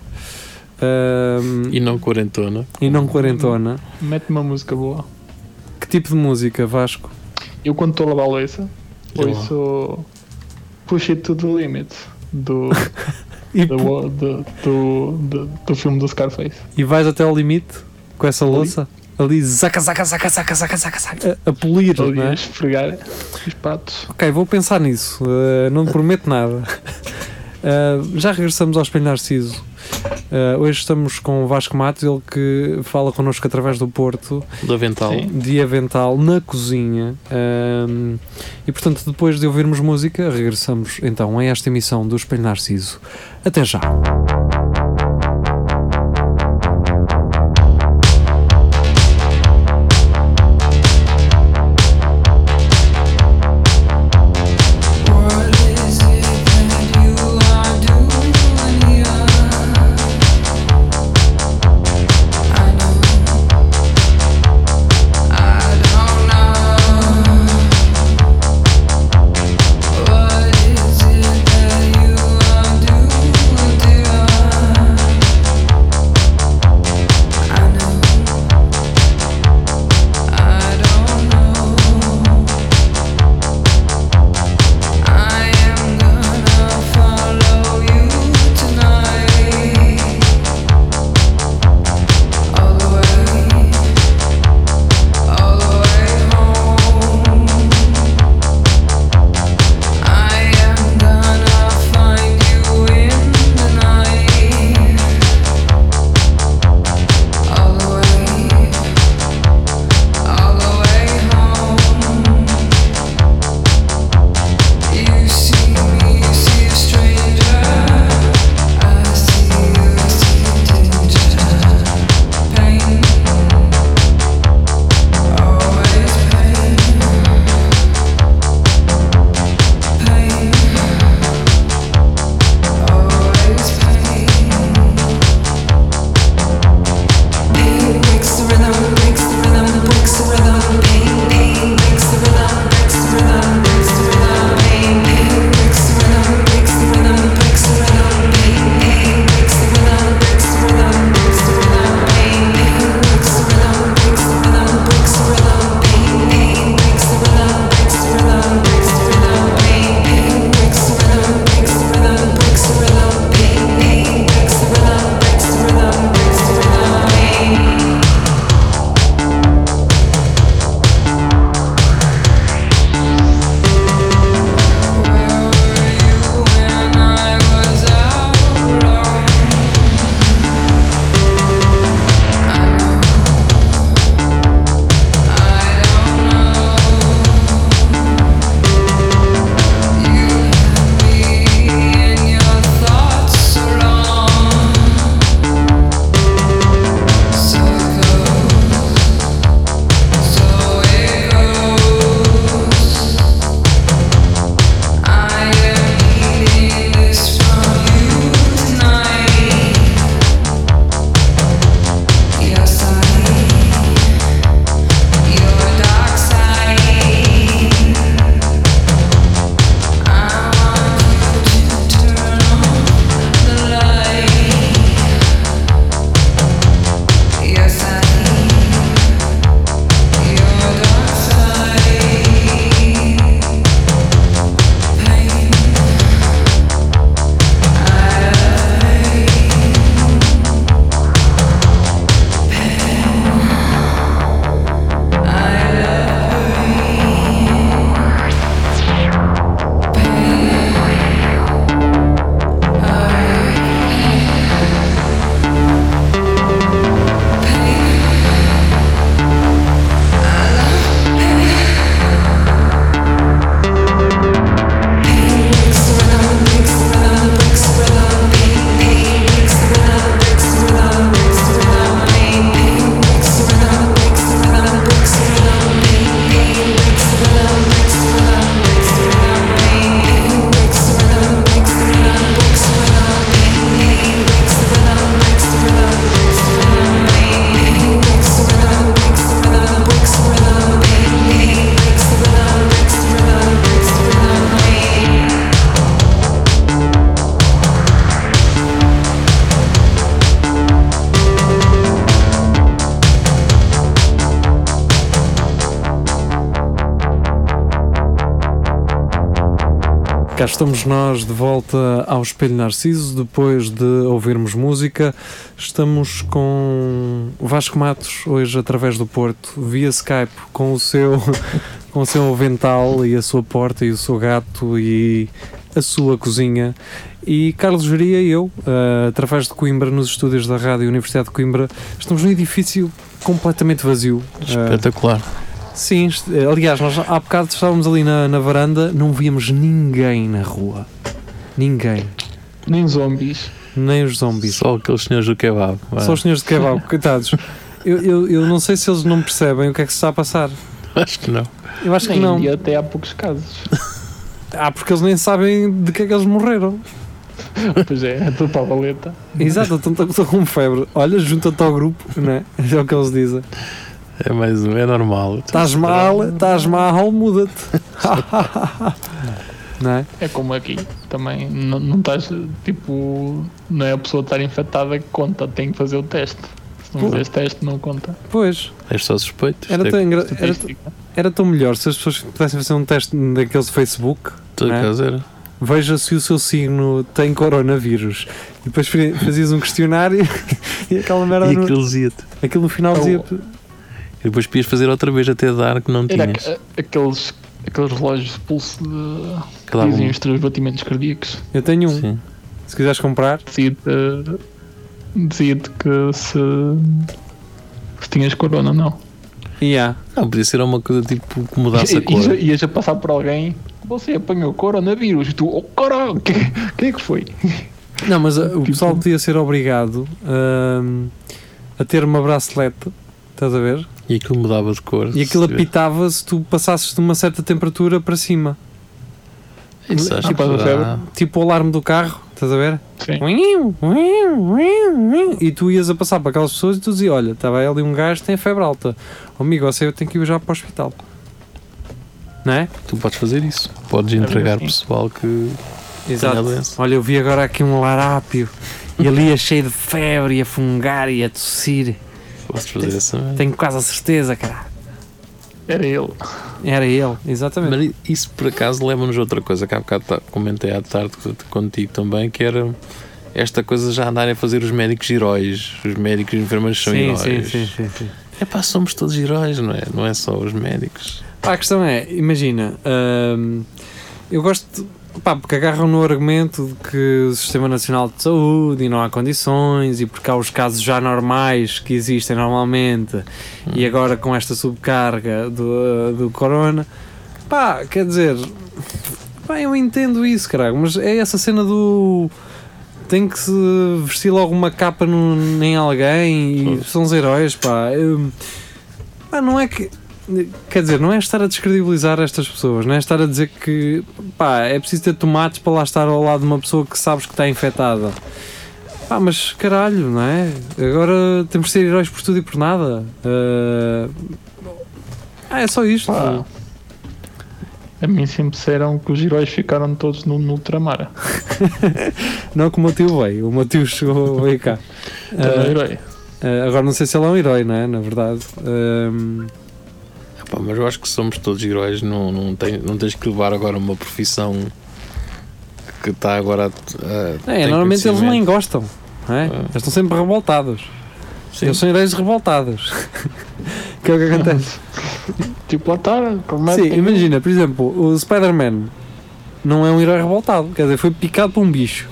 Speaker 1: ahm,
Speaker 2: E não quarentona.
Speaker 1: e não quarentona,
Speaker 3: Mete uma música boa.
Speaker 1: que tipo de música, Vasco?
Speaker 3: Eu quando estou a lavar a louça,
Speaker 2: Sei lá.
Speaker 3: ouço Push It to the Limit do,
Speaker 1: E,
Speaker 3: do, do, do, do, do filme do Scarface.
Speaker 1: e vais até ao limite com essa louça? Ali, zaca, zaca, zaca, zaca, zaca, zaca, zaca, a, a polir,
Speaker 3: Estou ali
Speaker 1: não
Speaker 3: a
Speaker 1: é?
Speaker 3: esfregar os pratos.
Speaker 1: Ok, vou pensar nisso. Uh, não te prometo nada. Uh, já regressamos ao Espelho Narciso. Uh, hoje estamos com o Vasco Matos, ele que fala connosco através do Porto,
Speaker 2: Do avental.
Speaker 3: Sim.
Speaker 1: de Avental, na cozinha. Um, e portanto, depois de ouvirmos música, regressamos então a esta emissão do Espelho Narciso. Até já!
Speaker 4: What is it that you are doing here? I know. I don't know. What is it that you are doing here?
Speaker 1: Cá estamos nós de volta ao Espelho Narciso, depois de ouvirmos música. Estamos com Vasco Matos, hoje através do Porto, via Skype, com o seu, com o seu avental e a sua porta e o seu gato e a sua cozinha. E Carlos Geria e eu, eh, através de Coimbra, nos estúdios da Rádio Universidade de Coimbra, estamos num edifício completamente vazio. Eh,
Speaker 2: Espetacular.
Speaker 1: Sim, est- eh, aliás, nós há bocado estávamos ali na, na varanda, não víamos ninguém na rua. Ninguém.
Speaker 3: Nem zombies.
Speaker 1: Nem os zombies.
Speaker 2: Só aqueles senhores do kebab. vá.
Speaker 1: Só os senhores de kebab, coitados. Eu, eu, eu não sei se eles não percebem o que é que se está a passar.
Speaker 2: Acho que não.
Speaker 1: Eu acho que
Speaker 3: Na
Speaker 1: não.
Speaker 3: Índia até há poucos casos.
Speaker 1: Ah, porque eles nem sabem de que é que eles morreram.
Speaker 3: pois é, é tudo para a valeta.
Speaker 1: Exato, estão estão com febre. Olha, junta-te ao grupo, não é? É o que eles dizem.
Speaker 2: É mais um, é normal.
Speaker 1: Estás mal, estás mal, muda-te. não é?
Speaker 3: É como aqui. Também não, não estás, tipo, não é a pessoa estar infectada que conta, tem que fazer o teste. Se não
Speaker 1: Pô.
Speaker 3: fizeres teste, não conta.
Speaker 1: Pois,
Speaker 2: És só suspeito.
Speaker 1: era
Speaker 2: Isto
Speaker 1: tão,
Speaker 2: é-
Speaker 1: engra- era,
Speaker 3: Estatística.
Speaker 1: Era tão melhor se as pessoas pudessem fazer um teste daqueles de Facebook.
Speaker 2: Tudo
Speaker 1: não é?
Speaker 2: caso era.
Speaker 1: Veja se o seu signo tem coronavírus. E depois fe- fazias um questionário e aquela merda.
Speaker 2: E
Speaker 1: no-
Speaker 2: aquilo É dizia-te.
Speaker 1: aquilo no final
Speaker 3: Eu-
Speaker 1: dizia.
Speaker 2: E depois podias fazer outra vez até dar que não
Speaker 3: Era
Speaker 2: tinhas.
Speaker 3: a- aqueles, aqueles relógios de pulso de, que
Speaker 2: Cada um.
Speaker 3: dizem os teus batimentos cardíacos.
Speaker 1: Eu tenho um.
Speaker 2: Sim.
Speaker 1: Se quiseres comprar,
Speaker 3: Dizia-te dizia que se, se tinhas corona, não.
Speaker 1: e há.
Speaker 2: Não, podia ser uma coisa tipo que mudasse a
Speaker 3: E- Ias,
Speaker 2: cor.
Speaker 3: ias a passar por alguém, você apanhou coronavírus, e tu, oh caralho, quem, quem é que foi?
Speaker 1: Não, mas uh, o
Speaker 3: Tipo-
Speaker 1: pessoal podia ser obrigado hum, a ter uma bracelete. Estás a ver?
Speaker 2: E aquilo mudava de cor.
Speaker 1: E aquilo
Speaker 2: se tiver.
Speaker 1: apitava se tu passasses de uma certa temperatura para cima.
Speaker 2: Isso acho que
Speaker 3: Tipo,
Speaker 2: dá.
Speaker 1: Tipo o alarme do carro, estás a ver?
Speaker 3: Sim.
Speaker 1: E tu ias a passar para aquelas pessoas e tu dizia: Olha, estava ali um gajo que tem febre alta. Oh, amigo, você tem que ir já para o hospital. Não é?
Speaker 2: Tu podes fazer isso. Podes
Speaker 3: bem
Speaker 2: entregar
Speaker 3: assim.
Speaker 2: pessoal que. Tenho a é doença.
Speaker 1: Olha, eu vi agora aqui um larápio e ali é cheio de febre e a fungar e a tossir.
Speaker 2: Podes fazer essa merda.
Speaker 1: Tenho quase a certeza, cara.
Speaker 3: Era ele.
Speaker 1: Era ele, exatamente.
Speaker 2: Mas isso por acaso leva-nos a outra coisa que há bocado ta- comentei à tarde co- contigo também, que era esta coisa já andarem a fazer os médicos heróis. Os médicos e enfermeiros são
Speaker 1: Sim,
Speaker 2: heróis.
Speaker 1: sim, sim, sim, sim.
Speaker 2: É pá, somos todos heróis, não é? Não é só os médicos.
Speaker 1: Pá, a questão é, imagina, hum, eu gosto, de- pá, porque agarram no argumento de que o Sistema Nacional de Saúde e não há condições e porque há os casos já normais que existem normalmente e agora com esta subcarga do, do corona, pá, quer dizer, pá, eu entendo isso, caralho, mas é essa cena do... Tem que se vestir logo uma capa no, em alguém e
Speaker 2: Pois.
Speaker 1: são os heróis, pá. Hum, pá, não é que quer dizer, não é estar a descredibilizar estas pessoas, não é estar a dizer que pá, é preciso ter tomates para lá estar ao lado de uma pessoa que sabes que está infectada. Pá, mas caralho, não é? Agora temos de ser heróis por tudo e por nada. Eh, Ah, é só isto.
Speaker 3: Pá. A mim sempre disseram que os heróis ficaram todos no, no ultramar.
Speaker 1: Ah. Não que o meu tio veio, o meu tio chegou veio cá.
Speaker 3: Também
Speaker 2: é
Speaker 3: é um
Speaker 2: um
Speaker 1: Eh,
Speaker 3: herói.
Speaker 1: eh, agora não sei se ele é um herói, não é? Na verdade. Ehm,
Speaker 2: É pá, mas eu acho que somos todos heróis, não, não, tem, não tens que levar agora uma profissão que está agora a. a-
Speaker 1: é,
Speaker 2: tem
Speaker 1: normalmente eles nem
Speaker 2: conhecimento.
Speaker 1: gostam. Não é?
Speaker 2: Ah.
Speaker 1: Eles estão sempre revoltados.
Speaker 2: Sim.
Speaker 1: Eles são heróis revoltados. que é o que acontece.
Speaker 3: Tipo, lá está, como é
Speaker 1: Sim,
Speaker 3: que-
Speaker 1: imagina, por exemplo, o Spider-Man não é um herói revoltado, quer dizer, foi picado por um bicho.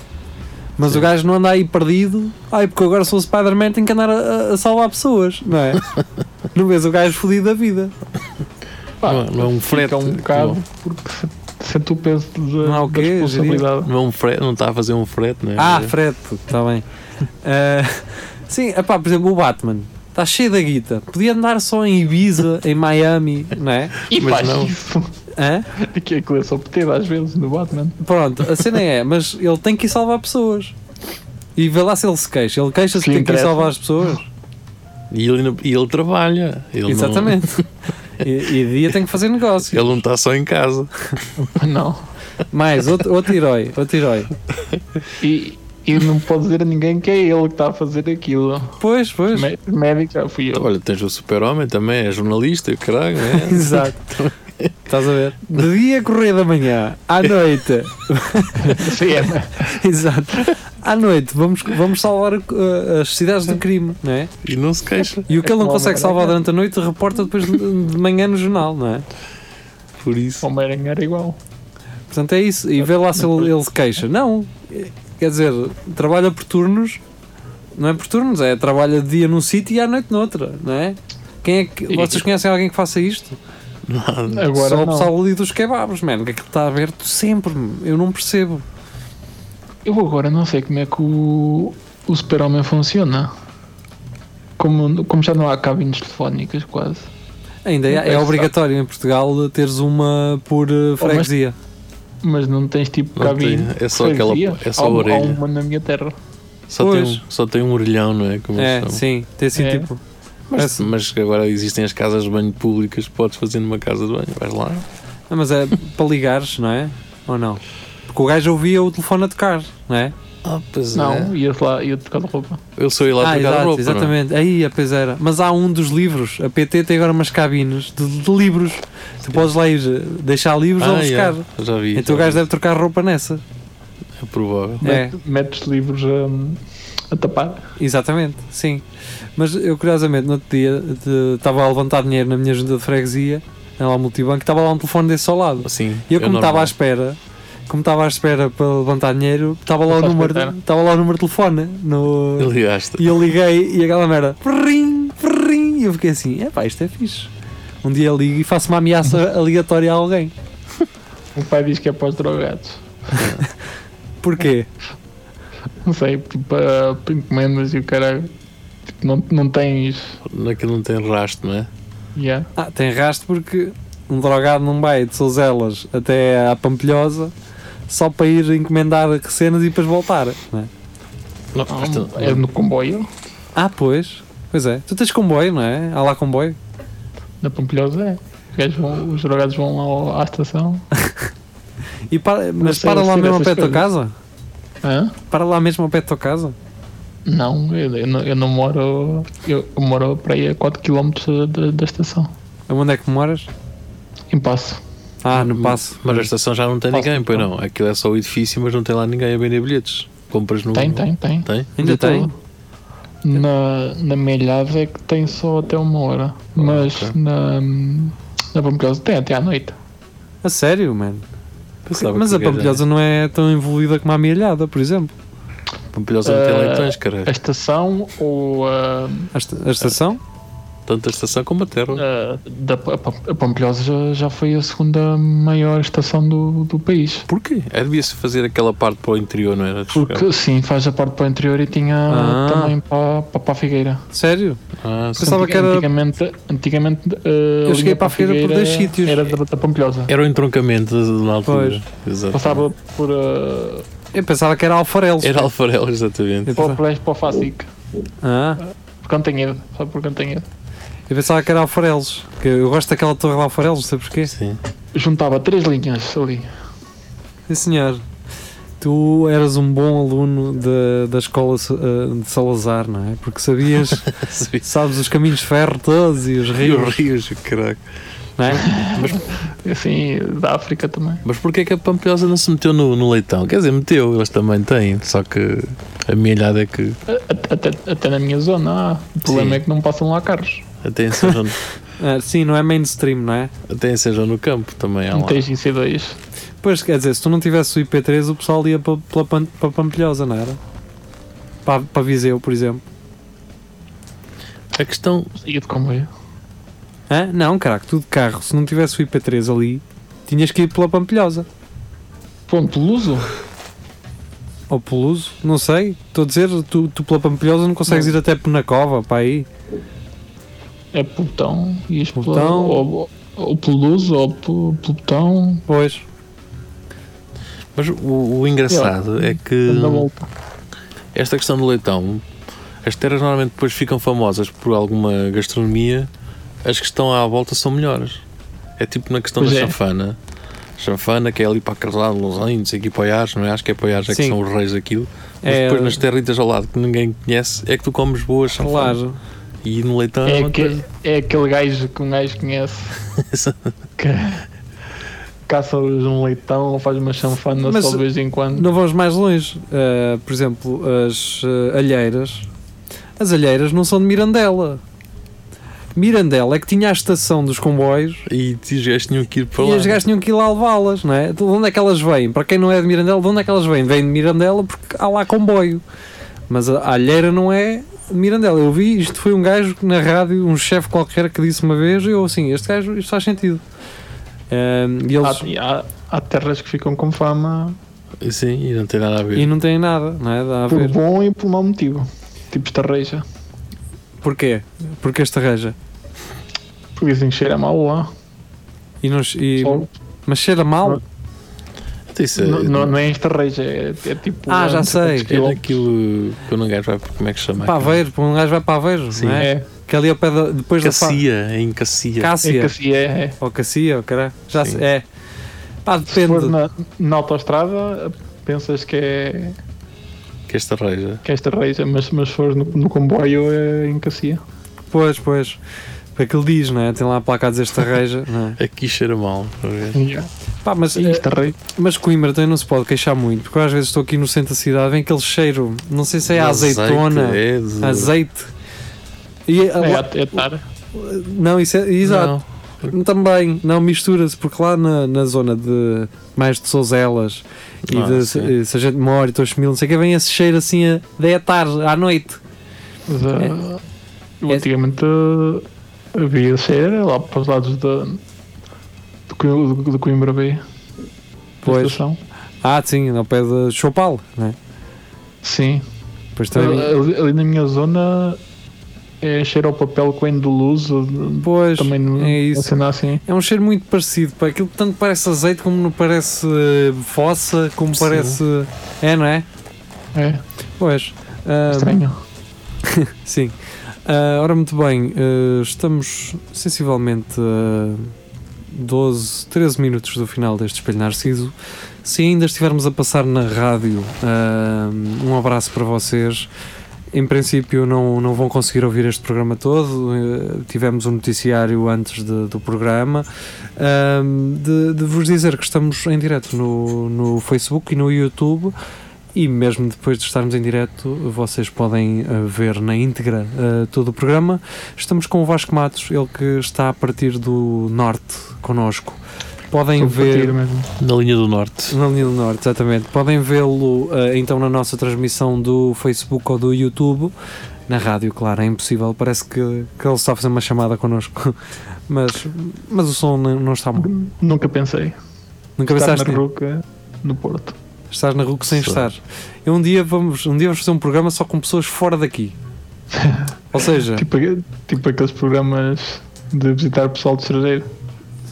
Speaker 1: Mas
Speaker 2: Sim.
Speaker 1: o gajo não anda aí perdido, ai, porque agora sou o Spider-Man, tenho que andar a, a salvar pessoas, não é? não vês o gajo fodido da vida.
Speaker 3: Pá,
Speaker 2: Não é- não é um frete.
Speaker 3: Fica um bocado, porque se, se tu pensas de,
Speaker 1: tipo. Não há o
Speaker 3: da
Speaker 1: quê, geria?
Speaker 3: responsabilidade.
Speaker 2: Não, é um frete, não está a fazer um frete, não é?
Speaker 1: Ah, Fred, está bem. Ah, sim, epá, por exemplo, o Batman. Está cheio da guita. Podia andar só em Ibiza, em Miami, não é?
Speaker 3: E
Speaker 2: Mas
Speaker 3: faz
Speaker 2: não.
Speaker 3: isso.
Speaker 1: Hã?
Speaker 3: Que é que eu só obteve às vezes no Batman.
Speaker 1: Pronto, a cena é, mas ele tem que ir salvar pessoas. E vê lá se ele se queixa. Ele queixa-se
Speaker 3: Se
Speaker 1: que
Speaker 3: lhe
Speaker 1: tem que ir
Speaker 3: interessa.
Speaker 1: salvar as pessoas.
Speaker 2: E ele, ainda- e ele trabalha. Ele não-
Speaker 1: Exatamente. E, e dia tem que fazer negócio.
Speaker 2: ele não está só em casa.
Speaker 3: Não.
Speaker 1: Mais, outro, outro herói, outro herói.
Speaker 3: E, e não pode dizer a ninguém que é ele que está a fazer aquilo.
Speaker 1: Pois, pois.
Speaker 3: Mé- Médico já fui eu.
Speaker 2: Olha, tens o super-homem também, é jornalista, caralho, é?
Speaker 1: Exato. Estás a ver? De dia correr da manhã, à noite.
Speaker 3: Sim, é, mas-
Speaker 1: Exato. À noite, vamos, vamos salvar uh, as cidades do crime, não é?
Speaker 2: E não se queixa
Speaker 1: E o que ele não
Speaker 3: como
Speaker 1: consegue
Speaker 3: uma
Speaker 1: salvar
Speaker 3: maraca.
Speaker 1: durante a noite, reporta depois de de manhã no jornal, não é?
Speaker 2: por isso.
Speaker 3: Homem-Aranha era igual.
Speaker 1: Portanto, é isso. E vê lá se ele, ele se queixa. Não. Quer dizer, trabalha por turnos. Não é por turnos, é trabalha de dia num sítio e à noite noutra, não é? Quem é que,
Speaker 3: E-
Speaker 1: vocês conhecem alguém que faça isto?
Speaker 2: Nada.
Speaker 3: Agora
Speaker 1: Só o
Speaker 3: não.
Speaker 1: pessoal ali dos kebabs, mano, que aquilo está aberto sempre, meu. eu não percebo.
Speaker 3: Eu agora não sei como é que o, o super-homem funciona. Como, como já não há cabines telefónicas, quase.
Speaker 1: Ainda é, é
Speaker 3: sei.
Speaker 1: obrigatório em Portugal teres uma por
Speaker 3: Oh,
Speaker 1: eh, freguesia.
Speaker 3: Mas não tens tipo
Speaker 2: Não
Speaker 3: cabine.
Speaker 2: tem, é só aquela-
Speaker 3: freguesia.
Speaker 2: é só a
Speaker 3: Há um-
Speaker 2: orelha.
Speaker 3: Há uma na minha terra.
Speaker 2: Só tem,
Speaker 1: Pois.
Speaker 2: um, só tem um orelhão, não é? Como eles
Speaker 1: É,
Speaker 2: chamam.
Speaker 1: sim, tem assim
Speaker 3: É.
Speaker 1: tipo.
Speaker 2: Mas, mas agora existem as casas de banho públicas, podes fazer numa casa de banho, vais lá.
Speaker 1: Ah, mas é para ligares, não é? Ou não? Porque o gajo ouvia o telefone a tocar, não é?
Speaker 2: Ah, pois
Speaker 3: Não, ia lá, ia trocar de roupa.
Speaker 2: Eu sou ir lá
Speaker 1: ah,
Speaker 2: trocar a
Speaker 1: exato,
Speaker 2: roupa. não é?
Speaker 1: exatamente. Aí, a pois era. Mas há um dos livros. A PT tem agora umas cabines de, de livros. Tu podes lá ir eh, deixar livros ou
Speaker 2: Ah,
Speaker 1: buscar.
Speaker 2: yeah, já vi.
Speaker 1: Então o
Speaker 2: já
Speaker 1: gajo
Speaker 2: vi.
Speaker 1: deve trocar roupa nessa.
Speaker 2: É provável.
Speaker 1: É.
Speaker 3: Mete- Metes livros hum, a tapar.
Speaker 1: Exatamente, sim. Mas eu, curiosamente, no outro dia de- estava a levantar dinheiro na minha junta de freguesia, lá ao multibanco, e estava lá um telefone desse ao lado.
Speaker 2: Assim,
Speaker 1: E eu,
Speaker 2: é
Speaker 1: como estava à
Speaker 2: normal.
Speaker 1: espera, como estava à espera para levantar dinheiro, estava lá, o
Speaker 3: Não estás
Speaker 1: número,
Speaker 3: a espera.
Speaker 1: estava lá o número de telefone. No,
Speaker 2: Ligaste.
Speaker 1: E eu liguei e aquela merda. Prim, prim, e eu fiquei assim: é pá, isto é fixe. Um dia ligo e faço uma ameaça aleatória a alguém.
Speaker 3: O pai diz que é para os drogados.
Speaker 1: Porquê?
Speaker 3: Não sei, tipo, para para encomendas e o caralho. Tipo, não, não tens.
Speaker 2: Naquilo não tem rastro, não é?
Speaker 3: Yeah.
Speaker 1: Ah, tem rastro porque um drogado não vai de Souselas até à Pampilhosa só para ir encomendar cenas e depois voltar. não é?
Speaker 2: Não,
Speaker 3: Há um-
Speaker 2: mas tu-
Speaker 3: é no comboio.
Speaker 1: Ah, pois. Pois é. Tu tens comboio, não é? Há lá comboio.
Speaker 3: Na Pampilhosa é. Os, gajos vão- os drogados vão lá ao- à estação.
Speaker 1: E para- mas
Speaker 3: sei
Speaker 1: para lá
Speaker 3: vestir
Speaker 1: mesmo ao pé
Speaker 3: essas
Speaker 1: da tua
Speaker 3: coisas.
Speaker 1: casa?
Speaker 3: Hã?
Speaker 1: Para lá mesmo ao pé da tua casa?
Speaker 3: Não, eu, eu não, eu não moro. Eu, eu moro para aí a 4km da, da estação.
Speaker 1: Onde é que moras?
Speaker 3: Em passo.
Speaker 1: Ah, no Passo.
Speaker 2: Mas a estação já não tem
Speaker 3: Posso-
Speaker 2: ninguém, pois não. Aquilo é só o edifício, mas não tem lá ninguém a vender bilhetes. Compras no.
Speaker 3: Tem, tem, tem.
Speaker 2: Tem?
Speaker 1: Ainda
Speaker 3: De
Speaker 1: tem?
Speaker 3: tudo. Na, na Melhada é que tem só até uma hora. Mas
Speaker 2: ok.
Speaker 3: na, na Pampilhosa tem até à noite.
Speaker 1: A sério, mano.
Speaker 2: Pensava
Speaker 1: Mas
Speaker 2: que
Speaker 1: a
Speaker 2: era-
Speaker 1: Pampilhosa não é tão envolvida como a Amealhada, por exemplo.
Speaker 2: Pampilhosa não tem
Speaker 3: Ah,
Speaker 2: leitões,
Speaker 3: A
Speaker 2: caralho.
Speaker 3: estação ou a,
Speaker 1: A, esta- a estação?
Speaker 3: é-
Speaker 2: Tanto a estação como a terra.
Speaker 3: a, da, a Pam- a Pampilhosa já, já foi a segunda maior estação do, do país.
Speaker 2: Porquê? É, devia-se fazer aquela parte para o interior, não era? De chegar.
Speaker 3: Porque sim, faz a parte para o interior e tinha
Speaker 1: Ah.
Speaker 3: também para, para, para a Figueira.
Speaker 1: Sério?
Speaker 2: Ah, sim.
Speaker 1: Pensava que era-
Speaker 3: Antigamente, antigamente eh, a
Speaker 1: cheguei
Speaker 3: linha
Speaker 1: para a Figueira por dois sítios.
Speaker 3: Era da, da Pampilhosa.
Speaker 2: Era o entroncamento na altura. Exato.
Speaker 3: Passava por, eh,
Speaker 1: Eu pensava que era alfarelos.
Speaker 2: Era alfarel, exatamente.
Speaker 1: Eu
Speaker 3: para o
Speaker 1: pensava,
Speaker 3: Colégio, para o Fásico.
Speaker 1: ah,
Speaker 3: Por Cantanhedo, só por Cantanhedo.
Speaker 1: eu pensava que era alfarelos. Que eu gosto daquela torre de alfarelos, não sei porquê.
Speaker 2: Sim.
Speaker 3: Juntava três linhas ali.
Speaker 1: Sim, senhor. Tu eras um bom aluno da, da escola eh, de Salazar, não é? Porque sabias, sabes, os caminhos de ferro todos e os
Speaker 2: Rio
Speaker 1: rios,
Speaker 2: Rios, caraca.
Speaker 1: não é?
Speaker 3: Assim, da África também.
Speaker 2: Mas porquê é que a Pampilhosa não se meteu no, no leitão? Quer dizer, meteu, eles também têm, só que a minha olhada é que
Speaker 3: A- Até, até na minha zona, ah, o problema
Speaker 2: Sim.
Speaker 3: é que não passam lá carros.
Speaker 2: até em São João,
Speaker 1: Ah, sim, não é mainstream, não é?
Speaker 2: até em São João no Campo também há
Speaker 3: Não
Speaker 2: lá.
Speaker 3: tens IC2.
Speaker 1: Pois, quer dizer, se tu não tivesse o IP3, o pessoal ia para, pela Pan- para Pampilhosa, não era? Para, para Viseu, por exemplo.
Speaker 2: A questão,
Speaker 3: Ia de é? comboio.
Speaker 1: Hã? Não, caraca, tu de carro, se não tivesse o IP3 ali, tinhas que ir pela Pampilhosa.
Speaker 3: Ponto, Luso?
Speaker 1: Ou Peluso, não sei. Estou a dizer, tu, tu pela Pampilhosa não consegues ir até Penacova, para aí.
Speaker 3: É pelo botão e explora.
Speaker 1: Botão.
Speaker 3: Ou, ou pelo Luso, ou pelo, pelo botão.
Speaker 1: Pois.
Speaker 2: mas o, o engraçado é que
Speaker 3: Na volta.
Speaker 2: esta questão do leitão, as terras normalmente depois ficam famosas por alguma gastronomia, as que estão à volta são melhores. É tipo na questão
Speaker 3: Pois
Speaker 2: da
Speaker 3: é.
Speaker 2: chanfana. Chanfana, que é ali para aquele lado, Losanhos, aqui para Oiares, não é? Acho que é para Oiares, é que
Speaker 1: Sim.
Speaker 2: são os reis daquilo. Mas
Speaker 1: É,
Speaker 2: depois nas territas ao lado que ninguém conhece, é que tu comes boas chanfanas.
Speaker 1: claro.
Speaker 2: E no leitão é
Speaker 3: É,
Speaker 2: uma
Speaker 3: aque-
Speaker 2: coisa.
Speaker 3: é aquele gajo que um gajo conhece que caça-os um leitão ou faz uma chanfana
Speaker 1: Mas-
Speaker 3: só de vez em quando.
Speaker 1: Não vamos mais longe. Ah, por exemplo, as ah, alheiras. As alheiras não são de Mirandela. Mirandela é que tinha a estação dos comboios
Speaker 2: E os gajos tinham que ir para
Speaker 1: e
Speaker 2: lá.
Speaker 1: as gajas tinham que ir lá levá-las, não é? De onde é que elas vêm? Para quem não é de Mirandela, de onde é que elas vêm? Vêm de Mirandela porque há lá comboio. Mas a a alheira não é de Mirandela. Eu vi, isto foi um gajo que na rádio, um chefe qualquer que disse uma vez, eu assim, este gajo, isto faz sentido. Ah, e eles...
Speaker 3: Há, e há- há terras que ficam com fama
Speaker 2: Sim, e não tem nada a ver.
Speaker 1: E não tem nada, não é? Dá a
Speaker 3: por
Speaker 1: ver.
Speaker 3: bom e por mau motivo. Tipo estarreja.
Speaker 1: Porquê? Porque esta reja.
Speaker 3: Porque dizem que cheira mal lá.
Speaker 1: E não, che- e-
Speaker 3: Só- um.
Speaker 1: mas cheira mal?
Speaker 2: Então isso é-
Speaker 3: Não, não- não é estarreja, é, é tipo.
Speaker 1: Ah, já
Speaker 3: é,
Speaker 1: sei.
Speaker 2: É naquilo que um gajo vai para como é que se chama?
Speaker 1: Para Aveiro, para um gajo vai para Aveiro,
Speaker 2: Sim.
Speaker 1: não é?
Speaker 3: É,
Speaker 1: Que ali ao pé da, depois da
Speaker 2: Cacia, em Cacia.
Speaker 1: fa... Cássia.
Speaker 3: é que assim é. é.
Speaker 1: Ou Cassia, ou caralho. Já
Speaker 2: Sim.
Speaker 1: se- é. Pá,
Speaker 3: Se
Speaker 1: depende.
Speaker 3: for na, na autostrada, pensas que é,
Speaker 2: Que esta reja.
Speaker 3: que é estarreja, mas, mas se fores no, no comboio, é em Cacia.
Speaker 1: Pois, pois. Para que ele diz, não é? Tem lá a placa a dizer esta reja, não é?
Speaker 2: Aqui cheira mal. estás a ver?
Speaker 3: Yeah.
Speaker 1: Pá, mas, eh,
Speaker 3: E estarreja.
Speaker 1: mas Coimbra também não se pode queixar muito, porque eu às vezes estou aqui no centro da cidade, vem aquele cheiro, não sei se é a
Speaker 2: Azeite,
Speaker 1: azeitona,
Speaker 2: é de-
Speaker 1: azeite. E, a-
Speaker 3: É, é, é tar.
Speaker 1: Não, isso é. Exato.
Speaker 2: Não.
Speaker 1: Também, não mistura-se, porque lá na, na zona de mais de Souzelas e
Speaker 2: Ah,
Speaker 1: de
Speaker 2: sim.
Speaker 1: Se- Sargento Moro e Tochemil, não sei o que, vem esse cheiro assim a 10 da tarde, à noite.
Speaker 3: Mas, ah, eu
Speaker 1: É-
Speaker 3: antigamente ah, havia cheiro lá para os lados da de, Coim- de, de Coimbra B. da
Speaker 1: Pois.
Speaker 3: estação.
Speaker 1: Ah, sim, ao pé de Chopal, né?
Speaker 3: Sim.
Speaker 1: Depois também.
Speaker 3: Ali, ali na minha zona é cheiro ao papel com endoluso.
Speaker 1: Pois,
Speaker 3: Também não
Speaker 1: é isso.
Speaker 3: cena assim.
Speaker 1: É um cheiro muito parecido, pá. Aquilo tanto parece azeite, como não parece eh, fossa, como
Speaker 2: Sim.
Speaker 1: parece. É, não é?
Speaker 3: É,
Speaker 1: Pois. Ah,
Speaker 3: estranho.
Speaker 1: Sim. Ah, ora, muito bem, ah, estamos sensivelmente a 12, 13 minutos do final deste Espelho Narciso. Se ainda estivermos a passar na rádio, ah, um abraço para vocês. Em princípio, não, não vão conseguir ouvir este programa todo. eh, Tivemos um noticiário antes de- do programa. Ah, de, de vos dizer que estamos em direto no, no Facebook e no YouTube. E mesmo depois de estarmos em direto, vocês podem eh, ver na íntegra eh, todo o programa. Estamos com o Vasco Matos, ele que está a partir do norte connosco. Podem
Speaker 3: Estou
Speaker 1: ver
Speaker 3: partido mesmo.
Speaker 2: Na linha do norte.
Speaker 1: na linha do norte, exatamente. Podem vê-lo eh, então na nossa transmissão do Facebook ou do YouTube. Na rádio, claro, é impossível. Parece que, que ele está a fazer uma chamada connosco. mas, mas o som não não está mal.
Speaker 3: Nunca pensei.
Speaker 1: Nunca
Speaker 3: Estar
Speaker 1: pensaste
Speaker 3: na
Speaker 1: nisso?
Speaker 3: Ruca, no Porto.
Speaker 1: Estás na rua sem
Speaker 2: Sim.
Speaker 1: estar. E um dia vamos, um dia vamos fazer um programa só com pessoas fora daqui. Ou seja,
Speaker 3: Tipo, tipo aqueles programas de visitar pessoal do estrangeiro.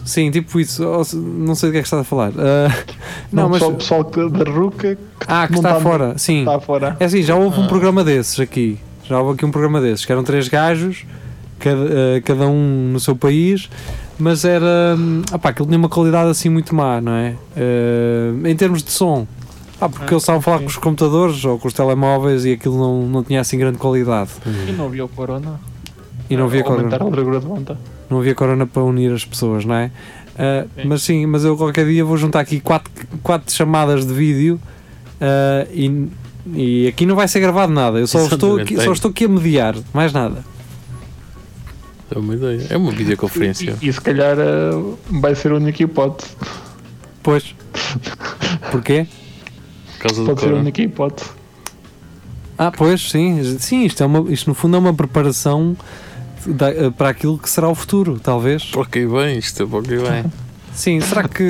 Speaker 1: sim, tipo isso. Ou se- não sei do que é que estás a falar. Ah, não, mas.
Speaker 3: pessoal, pessoal que- da Ruca que
Speaker 1: Ah, que
Speaker 3: não
Speaker 1: está
Speaker 3: está-
Speaker 1: fora. Sim.
Speaker 3: está fora.
Speaker 1: É assim, já houve um programa desses aqui. Já houve aqui um programa desses, que eram três gajos, cada, eh, cada um no seu país, mas era. hum, Opá, aquilo tinha uma qualidade assim muito má, não é? Eh, em termos de som. Ah, porque eles estavam a falar com os computadores ou com os telemóveis e aquilo não, não tinha assim grande qualidade.
Speaker 3: E não havia o Corona.
Speaker 1: E
Speaker 3: Ah,
Speaker 1: não havia corona.
Speaker 3: Aumentar a largura de onda.
Speaker 1: não havia corona para unir as pessoas, não é? Ah,
Speaker 3: Sim.
Speaker 1: mas sim, mas eu qualquer dia vou juntar aqui quatro, quatro chamadas de vídeo ah, e, e aqui não vai ser gravado nada. Eu só
Speaker 2: Exatamente,
Speaker 1: estou, aqui, só
Speaker 2: é.
Speaker 1: estou aqui a mediar, mais nada.
Speaker 2: É uma ideia. É uma videoconferência.
Speaker 3: E, e se calhar eh, vai ser a única hipótese.
Speaker 1: Pois. Porquê?
Speaker 2: Por causa do
Speaker 3: Pode ser a
Speaker 1: é
Speaker 2: corona.
Speaker 3: única hipótese.
Speaker 1: Ah, pois, sim, sim, isto, é uma, isto no fundo é uma preparação da- ah, para aquilo que será o futuro, talvez.
Speaker 2: Para o que bem isto, para o que bem.
Speaker 1: Sim, será que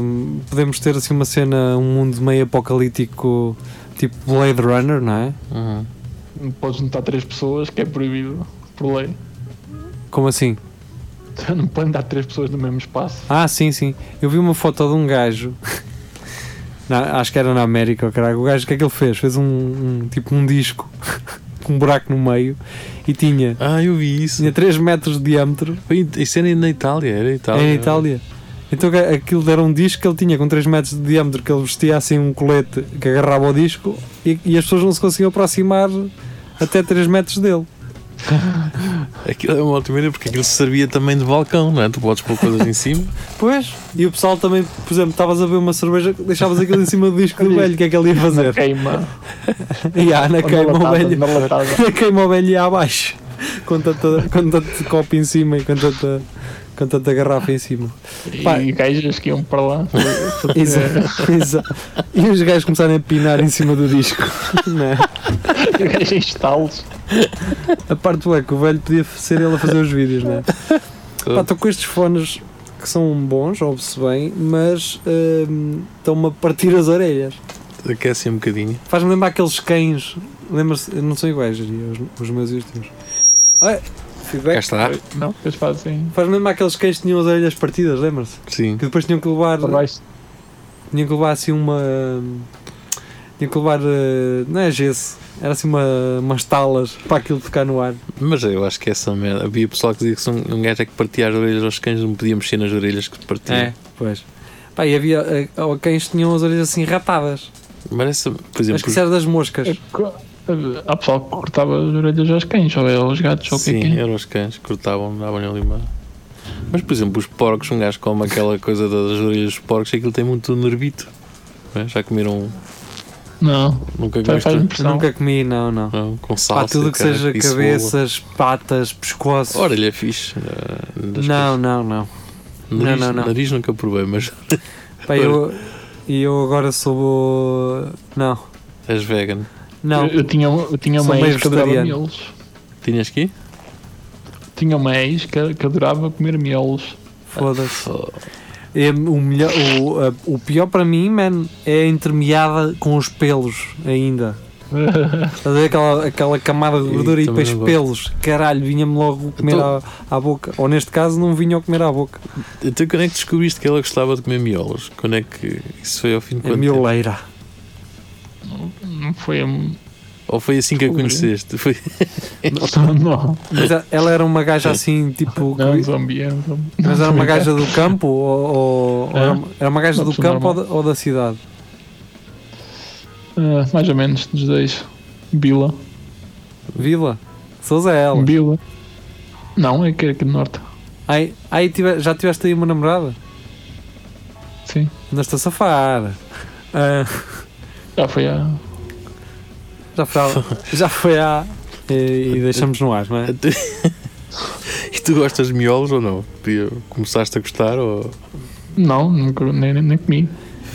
Speaker 1: hum, podemos ter assim uma cena, um mundo meio apocalíptico, tipo Blade Runner, não é?
Speaker 2: Uhum.
Speaker 3: Podes juntar três pessoas, que é proibido por lei.
Speaker 1: Como assim?
Speaker 3: Não podem dar três pessoas no mesmo espaço.
Speaker 1: Ah, sim, sim. Eu vi uma foto de um gajo. na- acho que era na América, ou caralho. O gajo, o que é que ele fez? Fez um, um- tipo um disco com um buraco no meio e tinha,
Speaker 2: Ah, eu vi isso.
Speaker 1: tinha 3 metros de diâmetro.
Speaker 2: Foi- Isso era na Itália. Era Itália.
Speaker 1: Era em Itália. Então ga- aquilo era um disco que ele tinha com 3 metros de diâmetro, que ele vestia assim um colete que agarrava o disco e, e as pessoas não se conseguiam aproximar até 3 metros dele.
Speaker 2: Aquilo é uma multimédia porque aquilo servia também de balcão, não é? Tu podes pôr coisas em cima.
Speaker 1: Pois, e o pessoal também, por exemplo, estavas a ver uma cerveja, deixavas aquilo em cima do disco do velho, o que é que ele ia fazer?
Speaker 3: Queima.
Speaker 1: E há na queima o
Speaker 3: latada,
Speaker 1: velho,
Speaker 3: na latada.
Speaker 1: na queima o velho ia abaixo, com tanto, com tanto copo em cima e com tanta, com tanta garrafa em cima. Pá.
Speaker 3: E gajas que iam para lá.
Speaker 1: Exato, exato. E os gajos começarem a pinar em cima do disco. não é?
Speaker 3: E gajas em estalos.
Speaker 1: A parte boa é que o velho podia ser ele a fazer os vídeos, não é? Pá, estou com estes fones que são bons, ouve-se bem, mas hum, estão-me a partir as orelhas.
Speaker 2: Aquece um bocadinho.
Speaker 1: Faz-me lembrar aqueles cães. Lembra-se, não são iguais, diria, os, os meus e os teus. Ah,
Speaker 2: Cá
Speaker 1: feedback.
Speaker 2: está.
Speaker 3: Não, eles fazem
Speaker 1: Faz-me lembrar aqueles cães que tinham as orelhas partidas, lembra-se?
Speaker 2: Sim.
Speaker 1: Que depois tinham que levar.
Speaker 3: para baixo.
Speaker 1: Tinham que levar assim uma. Tinham que levar. eh, Não é gesso. Era assim uma, umas talas para aquilo ficar no ar.
Speaker 2: Mas eu acho que é essa merda. Havia pessoal que dizia que se um, um gajo é que partia as orelhas aos cães, não podia mexer nas orelhas que te partia.
Speaker 1: É. Pois. Pá, e havia eh, cães que tinham as orelhas assim ratadas.
Speaker 2: Mas essa, por exemplo,
Speaker 1: Acho que isso era das moscas.
Speaker 3: É que- Há pessoal que cortava as orelhas aos cães, ou aos gatos, ou o que é
Speaker 2: Sim,
Speaker 3: que é.
Speaker 2: eram os cães, cortavam, davam-lhe ali uma. Mas, por exemplo, os porcos, um gajo come aquela coisa das orelhas dos porcos, aquilo tem muito nervito. não é? Já comeram,
Speaker 3: Não,
Speaker 2: nunca
Speaker 3: faz faz
Speaker 2: gosto
Speaker 3: impressão.
Speaker 1: Nunca comi, não, não.
Speaker 2: não, é? com salsa.
Speaker 1: Pá, Então tudo que
Speaker 2: caralho,
Speaker 1: seja
Speaker 2: e cebola.
Speaker 1: cabeças, patas, pescoços.
Speaker 2: Orelha fixe. ah, das
Speaker 1: não, não, não.
Speaker 2: coisas.
Speaker 1: não,
Speaker 2: nariz,
Speaker 1: não, não.
Speaker 2: Nariz nunca provei, mas
Speaker 1: Pá, eu, e eu agora sou. bo- Não,
Speaker 2: as vegan.
Speaker 1: não.
Speaker 3: Eu, eu tinha, eu tinha
Speaker 1: Sou
Speaker 3: uma
Speaker 1: meio
Speaker 3: ex que adorava
Speaker 1: vegetariano.
Speaker 3: miolos.
Speaker 2: Tinhas que ir?
Speaker 3: Tinha uma ex que, que adorava comer miolos.
Speaker 1: Foda-se.
Speaker 2: Oh,
Speaker 1: É o, melhor, o, a- o pior para mim, man, é a entremeada com os pelos ainda. Estás a ver aquela, aquela camada de
Speaker 2: E
Speaker 1: gordura e
Speaker 2: também
Speaker 1: depois
Speaker 2: não
Speaker 1: pelos? Caralho, vinha-me logo comer
Speaker 2: Então-
Speaker 1: à, à boca. Ou neste caso, não vinha ao comer à boca.
Speaker 2: Então, quando é que descobriste que ela gostava de comer miolos? Quando é que isso foi ao fim de
Speaker 1: É
Speaker 2: quanto tempo?
Speaker 1: mioleira.
Speaker 3: Não foi.
Speaker 2: Ou foi assim que a
Speaker 3: Descobri.
Speaker 2: conheceste? Foi...
Speaker 1: É.
Speaker 3: Não, não,
Speaker 1: Mas a- ela era uma gaja assim, tipo.
Speaker 3: não é um
Speaker 1: que-
Speaker 3: zombi, é um é. zombi.
Speaker 1: mas era uma gaja do campo? Ou, ou- ou
Speaker 3: É.
Speaker 1: era, uma- era uma gaja
Speaker 3: Uma
Speaker 1: do
Speaker 3: pessoa
Speaker 1: campo ou da, ou da cidade?
Speaker 3: Ah, mais ou menos, dos dois. Bila.
Speaker 1: Vila? Souza é ela.
Speaker 3: Bila. Não, é que é aqui do norte.
Speaker 1: Ai, ai, tive- já tiveste aí uma namorada?
Speaker 3: Sim.
Speaker 1: Andaste a safar. Ah,
Speaker 3: Já foi a.
Speaker 1: já foi à. Já foi à e, e deixamos no ar, não é?
Speaker 2: Até- e tu gostas de miolos ou não? Podia- Começaste a gostar ou.
Speaker 3: Não, nunca, nem, nem- nem comi.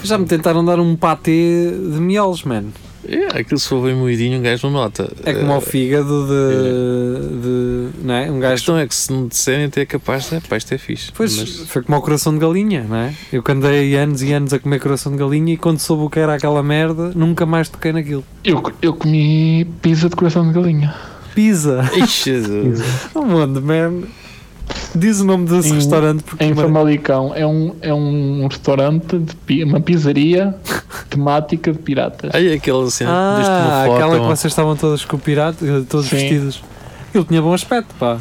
Speaker 1: Já me tentaram dar um patê de miolos, man.
Speaker 2: É, aquilo se for bem moidinho, um gajo não nota.
Speaker 1: É como
Speaker 2: Eh,
Speaker 1: ao fígado eh. de. de não é? Um
Speaker 2: A
Speaker 1: gajo.
Speaker 2: questão é que se não disserem, até é capaz de. Pá, isto é fixe.
Speaker 1: Pois,
Speaker 2: Mas
Speaker 1: foi como ao coração de galinha, não é? Eu que andei anos e anos a comer coração de galinha e quando soube o que era aquela merda, nunca mais toquei naquilo.
Speaker 3: Eu, co- eu comi pizza de coração de galinha.
Speaker 1: Pizza!
Speaker 2: Ixi, Jesus.
Speaker 1: Onde, man? Diz o nome desse
Speaker 3: Em-
Speaker 1: restaurante porque.
Speaker 3: Em
Speaker 1: uma-
Speaker 3: Famalicão é um, é um restaurante, de, pi- uma pizzaria temática de piratas.
Speaker 2: Aí é aquela cena que deste uma
Speaker 1: Ah,
Speaker 2: foto.
Speaker 1: aquela que
Speaker 2: ou-
Speaker 1: vocês estavam todas com o pirata, eh, todos
Speaker 3: Sim.
Speaker 1: vestidos. Ele tinha bom aspecto, pá.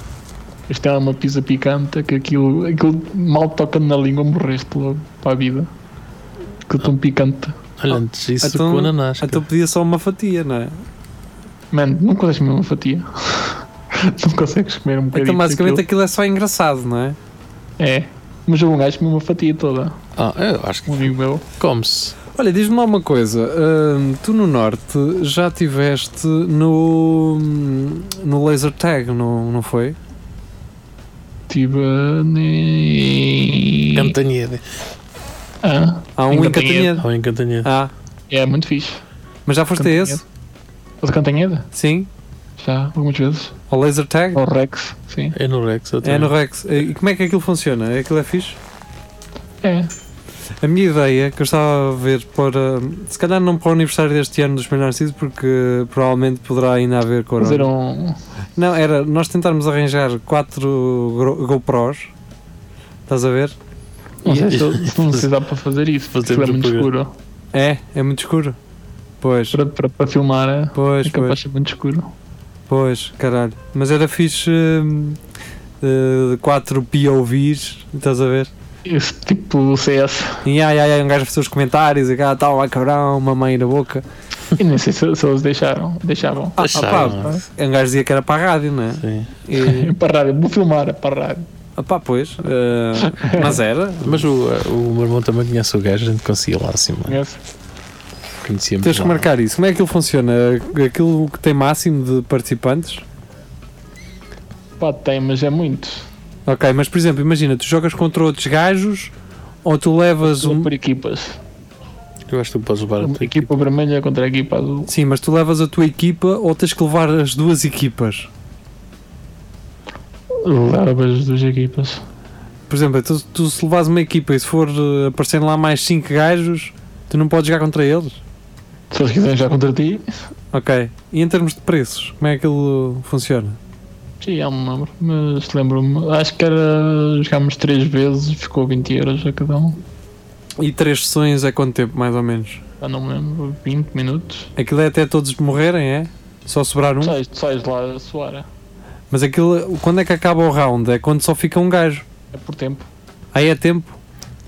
Speaker 3: Isto é uma pizza picante que aquilo, aquilo mal toca na língua, morreste logo para a vida. Que tão picante.
Speaker 2: Olha, antes disso,
Speaker 1: Então-
Speaker 2: com ananás. cara.
Speaker 1: Então pedia só uma fatia, não é?
Speaker 3: Mano, não consegues comer uma fatia. não consegues comer um bocadinho.
Speaker 1: Então basicamente aquilo é só engraçado, não é?
Speaker 3: É. Mas houve um gajo que comeu uma fatia toda.
Speaker 2: Ah, eu acho que
Speaker 3: Um amigo meu.
Speaker 2: come-se.
Speaker 1: Olha, diz-me lá uma coisa. hum, tu no Norte já estiveste no, no laser tag, não, não foi?
Speaker 3: Tive. eh, ne-
Speaker 2: Cantanhede.
Speaker 3: Ah,
Speaker 1: Há um
Speaker 3: Em
Speaker 1: em
Speaker 3: Cantanhede.
Speaker 1: Catanhedo.
Speaker 2: Ou em Cantanhede.
Speaker 1: Ah,
Speaker 3: é muito fixe.
Speaker 1: mas já foste a esse?
Speaker 3: O de Cantanhede?
Speaker 1: Sim.
Speaker 3: Já, algumas vezes.
Speaker 1: Ao laser tag?
Speaker 3: Ou Rex, sim.
Speaker 2: É no Rex. eu
Speaker 1: É
Speaker 2: também.
Speaker 1: no Rex. E como é que aquilo funciona? Aquilo é fixe?
Speaker 3: É.
Speaker 1: A minha ideia que eu estava a ver para. Se calhar não para o aniversário deste ano dos Narciso, porque provavelmente poderá ainda haver corona.
Speaker 3: Fazer um.
Speaker 1: Não, era nós tentarmos arranjar quatro Gro- GoPros. Estás a ver?
Speaker 3: Não sei
Speaker 2: E-
Speaker 3: se, se não precisar para fazer isso, porque
Speaker 2: Fazemos
Speaker 3: é
Speaker 2: um
Speaker 3: muito
Speaker 2: programa.
Speaker 3: escuro.
Speaker 1: É, é muito escuro. Pois,
Speaker 3: Para, para, para filmar é,
Speaker 1: pois,
Speaker 3: é capaz
Speaker 1: pois,
Speaker 3: de ser muito escuro.
Speaker 1: pois, caralho. Mas era fixe hum, eh, quatro POVs, estás a ver?
Speaker 3: Esse tipo CS.
Speaker 1: E ai, ai, ai, um gajo a fazer os comentários e cá, tal, ai cabrão, mamãe na boca.
Speaker 3: E nem sei se, se eles deixaram. Deixavam.
Speaker 1: Ah,
Speaker 2: Deixaram,
Speaker 1: opá,
Speaker 2: não é?
Speaker 1: um gajo dizia que era para a rádio, não é?
Speaker 2: Sim.
Speaker 1: E,
Speaker 3: Para a rádio, vou filmar para a rádio.
Speaker 1: opá, pois. eh, mas era.
Speaker 2: Mas o, o meu irmão também conhece o gajo, a gente conseguia lá assim, mano.
Speaker 3: Conhece?
Speaker 2: Conhecíamos
Speaker 1: É. Tens que
Speaker 2: lá.
Speaker 1: marcar isso. Como é que aquilo funciona? Aquilo que tem máximo de participantes?
Speaker 3: Pá, tem, mas é muito.
Speaker 1: Ok, mas por exemplo, imagina, tu jogas contra outros gajos ou tu levas
Speaker 3: São
Speaker 1: um.
Speaker 3: por equipas.
Speaker 2: Eu acho que tu podes levar a
Speaker 3: Equipa,
Speaker 2: tua equipa.
Speaker 3: vermelha contra a equipa azul.
Speaker 1: Sim, mas tu levas a tua equipa ou tens que levar as duas equipas?
Speaker 3: Levas duas equipas.
Speaker 1: Por exemplo, tu, tu se levas uma equipa e se for eh, aparecendo lá mais 5 gajos, tu não podes jogar contra eles?
Speaker 3: Se eles quiserem já contra ti,
Speaker 1: Ok. E em termos de preços, como é que aquilo funciona?
Speaker 3: sim, já me lembro. Mas lembro-me, acho que era. Jogámos três vezes, ficou 20 euros a cada um.
Speaker 1: E três sessões é quanto tempo, mais ou menos?
Speaker 3: Já não me lembro, 20 minutos.
Speaker 1: Aquilo é até todos morrerem, é? Só sobrar
Speaker 2: Hum.
Speaker 1: um?
Speaker 3: Tu sais, tu sais lá a suar.
Speaker 1: Mas aquilo, quando é que acaba o round? É quando só fica um gajo.
Speaker 3: É por tempo.
Speaker 1: Aí é tempo?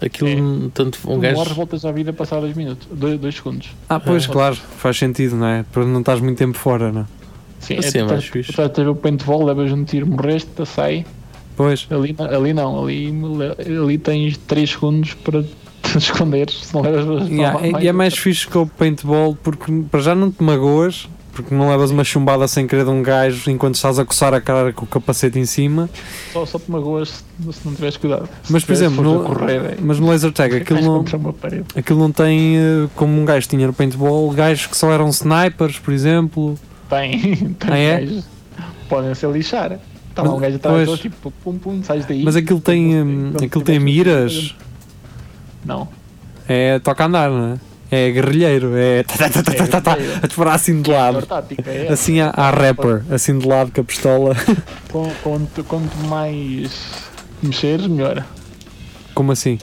Speaker 2: Aquilo, tanto um
Speaker 3: Um
Speaker 2: gajo.
Speaker 3: Morres, voltas à vida passar dois minutos. dois dois segundos.
Speaker 1: Ah, pois, claro, faz sentido, não é? Para não estás muito tempo fora, não é?
Speaker 3: Sim,
Speaker 2: Assim é
Speaker 3: tu
Speaker 2: mais
Speaker 3: estás-
Speaker 2: fixe.
Speaker 3: tu Estás a ver o paintball, levas um tiro, morreste, tá, sai.
Speaker 1: Pois.
Speaker 3: Ali, ali não, ali, ali tens 3 segundos para te esconder, se não levas não
Speaker 1: Yeah,
Speaker 3: vai-
Speaker 1: e é mais fixe que o paintball porque para já não te magoas, porque não levas uma chumbada sem querer de um gajo enquanto estás a coçar a cara com o capacete em cima.
Speaker 3: Só, só te magoas se, se não tiveres cuidado.
Speaker 1: é
Speaker 3: Se
Speaker 1: Mas, por
Speaker 3: tiveres
Speaker 1: exemplo,
Speaker 3: força
Speaker 1: no-
Speaker 3: a correr, é,
Speaker 1: Mas no laser tag aquilo
Speaker 3: vais
Speaker 1: não,
Speaker 3: contra uma parede.
Speaker 1: aquilo não tem eh, como um gajo tinha no paintball, gajos que só eram snipers, por exemplo.
Speaker 3: Tem, tem
Speaker 1: Ah, é?
Speaker 3: gajos. Podem ser lixar. Está lá
Speaker 1: Mas-
Speaker 3: um gajo atrás,
Speaker 1: pois.
Speaker 3: deles, tipo, pum pum, sais daí.
Speaker 1: Mas aquilo tem, hum,
Speaker 3: Quando
Speaker 1: aquilo tem
Speaker 3: tiveres-
Speaker 1: miras,
Speaker 3: Não.
Speaker 1: é toca andar, não é? É guerrilheiro, é tá, tá, tá, tá, tá, tá,
Speaker 3: guerrilheiro.
Speaker 1: a te parar assim de lado,
Speaker 3: Tática, é.
Speaker 1: assim à, à rapper, assim de lado com a pistola.
Speaker 3: Com- Quanto, quanto mais mexeres, melhor.
Speaker 1: Como assim?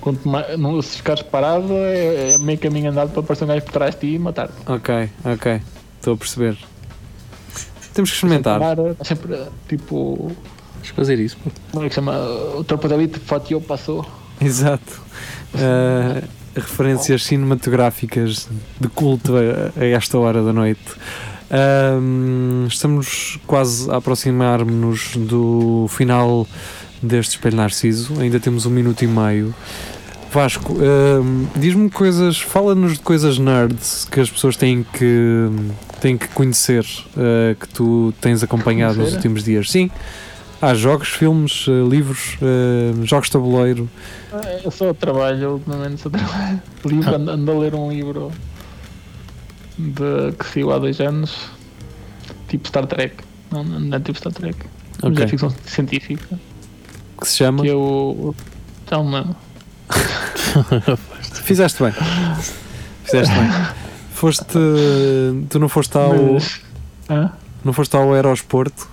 Speaker 3: Quanto mais, não, se ficares parado, é, é meio caminho andado para aparecer um gajo por trás de ti e matar-te.
Speaker 1: Ok, ok. Estou a perceber. Temos que experimentar.
Speaker 3: Tomara, tá sempre, tipo,
Speaker 2: Tens que fazer isso. pô.
Speaker 3: como é que chama? O tropa de elite fatiou, passou.
Speaker 1: Exato. Ah, referências cinematográficas de culto a, a esta hora da noite. Ahm, estamos quase a aproximar-nos do final deste Espelho Narciso. Ainda temos um minuto e meio. Vasco, ahm, diz-me coisas, fala-nos de coisas nerds que as pessoas têm que, têm que conhecer, ah, que tu tens acompanhado nos
Speaker 3: Conhecer?
Speaker 1: últimos dias. Sim, há jogos, filmes, ah, livros, ah, jogos de tabuleiro,
Speaker 3: Eu É só trabalho, ultimamente só trabalho. Livro,
Speaker 1: Ah.
Speaker 3: ando, ando a ler um livro de, que saiu há dois anos, tipo Star Trek. Não, não não é tipo Star Trek. Mas
Speaker 1: Ok.
Speaker 3: é ficção científica.
Speaker 1: que se chama.
Speaker 3: Que é o. Então, mano.
Speaker 1: Fizeste bem. Fizeste bem. Foste. Tu não foste ao.
Speaker 3: mas- Hã?
Speaker 1: Não foste ao Aerosporto.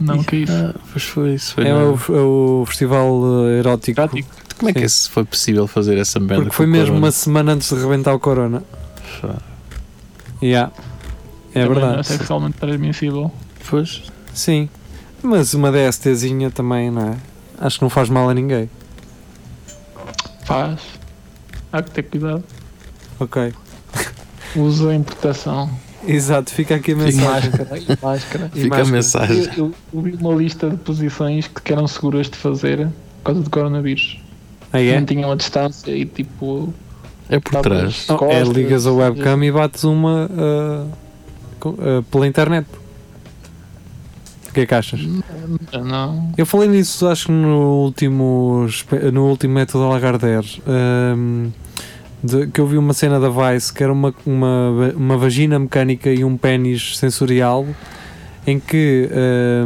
Speaker 3: Não, que é isso?
Speaker 2: Ah, pois foi isso. Foi
Speaker 1: É
Speaker 2: na-
Speaker 1: o, é o festival eh, erótico.
Speaker 3: Prático.
Speaker 2: Como é que
Speaker 1: Sim.
Speaker 2: esse foi possível fazer essa merda?
Speaker 1: Porque foi
Speaker 2: com o
Speaker 1: mesmo uma
Speaker 2: corona?
Speaker 1: semana antes de rebentar o Corona. Yeah. É
Speaker 3: Também Não é
Speaker 1: verdade.
Speaker 3: sexualmente transmissível.
Speaker 2: Pois.
Speaker 1: Sim. Mas uma DSTzinha também, não é? Acho que não faz mal a ninguém.
Speaker 3: Faz. Há que ter cuidado.
Speaker 1: Ok.
Speaker 3: Usa a importação.
Speaker 1: Exato, fica aqui a
Speaker 3: E
Speaker 1: mensagem.
Speaker 3: máscara. E máscara.
Speaker 1: E
Speaker 2: Fica
Speaker 1: máscara.
Speaker 2: a mensagem.
Speaker 3: Eu, eu- eu vi uma lista de posições que que eram seguras de fazer por causa do coronavírus.
Speaker 1: Aí é?
Speaker 3: Não tinham a distância e tipo.
Speaker 2: É por
Speaker 3: dava
Speaker 2: trás.
Speaker 3: as
Speaker 1: Oh, é,
Speaker 3: costas.
Speaker 1: ligas a webcam e bates uma ah, com- ah, pela internet. O que é que achas?
Speaker 3: ah, Não.
Speaker 1: Eu falei nisso, acho que no último, espe- no último método Alagarder, hum, de- que eu vi uma cena da Vice que era uma, uma, va- uma vagina mecânica e um pênis sensorial em que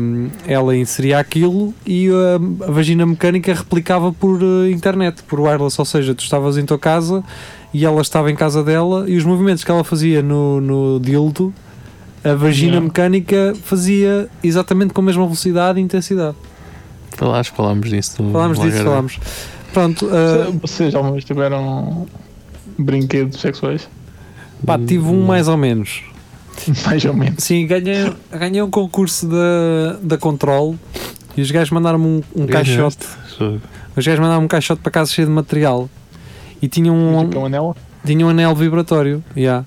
Speaker 1: hum, ela inseria aquilo e hum, a, vagina mecânica replicava por eh, internet, por wireless, ou seja, tu estavas em tua casa e ela estava em casa dela e os movimentos que ela fazia no, no dildo, a vagina
Speaker 3: Yeah.
Speaker 1: mecânica fazia exatamente com a mesma velocidade e intensidade.
Speaker 2: Lá, acho que falámos disso. no-
Speaker 1: Falámos
Speaker 2: no
Speaker 1: disso,
Speaker 2: Algarve.
Speaker 1: falámos. Pronto, ah,
Speaker 3: Vocês já alguma vez tiveram brinquedos sexuais?
Speaker 1: pá, tive um mais ou menos.
Speaker 3: Mais ou menos.
Speaker 1: Sim, ganhei, ganhei um concurso da, da Control e os gajos mandaram-me um, um
Speaker 2: Ganhaste.
Speaker 1: caixote. Os gajos mandaram-me um caixote para casa cheio de material. E tinha um.
Speaker 3: Tipo um anel?
Speaker 1: Tinha um anel vibratório, já.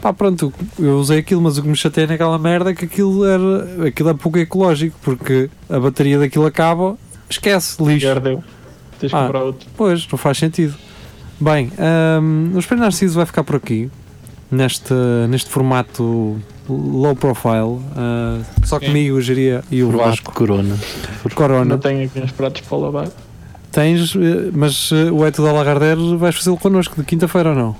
Speaker 1: Pá, pronto, eu usei aquilo, mas o que me chateia naquela merda é que aquilo era, aquilo é pouco ecológico, porque a bateria daquilo acaba, esquece, lixo.
Speaker 3: Já deu. Tens que
Speaker 1: Ah.
Speaker 3: comprar outro.
Speaker 1: Pois, não faz sentido. Bem, hum, o Espelho Narciso vai ficar por aqui, neste, neste formato low profile, ah, só comigo, o Geria e o Vasco.
Speaker 2: Corona.
Speaker 1: Corona.
Speaker 3: Não tenho aqui uns pratos para lavar.
Speaker 1: Tens, eh, mas eh, o Eto da Lagardeiro vais fazê-lo connosco de quinta-feira ou não?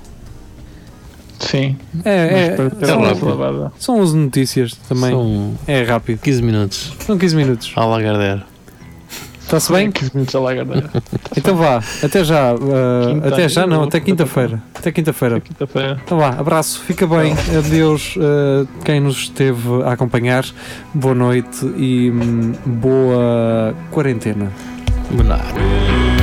Speaker 3: Sim.
Speaker 1: É,
Speaker 3: mas
Speaker 1: é,
Speaker 3: para ter
Speaker 2: é
Speaker 3: uma
Speaker 2: rápido.
Speaker 3: lavada.
Speaker 1: são 11 notícias também.
Speaker 2: São
Speaker 1: É rápido.
Speaker 2: 15 minutos.
Speaker 1: São 15 minutos.
Speaker 2: Ao Lagardère.
Speaker 1: Está-se bem?
Speaker 3: 15 minutos a lagardeira.
Speaker 1: Então vá, até já. ah,
Speaker 3: Quinta-
Speaker 1: até já, não, até
Speaker 3: quinta-feira.
Speaker 1: quinta-feira. Até quinta-feira.
Speaker 3: Quinta-feira.
Speaker 1: Então vá, abraço, fica bem. Adeus ah, quem nos esteve a acompanhar. Boa noite e hum, boa quarentena.
Speaker 2: Bonar.
Speaker 4: Thank you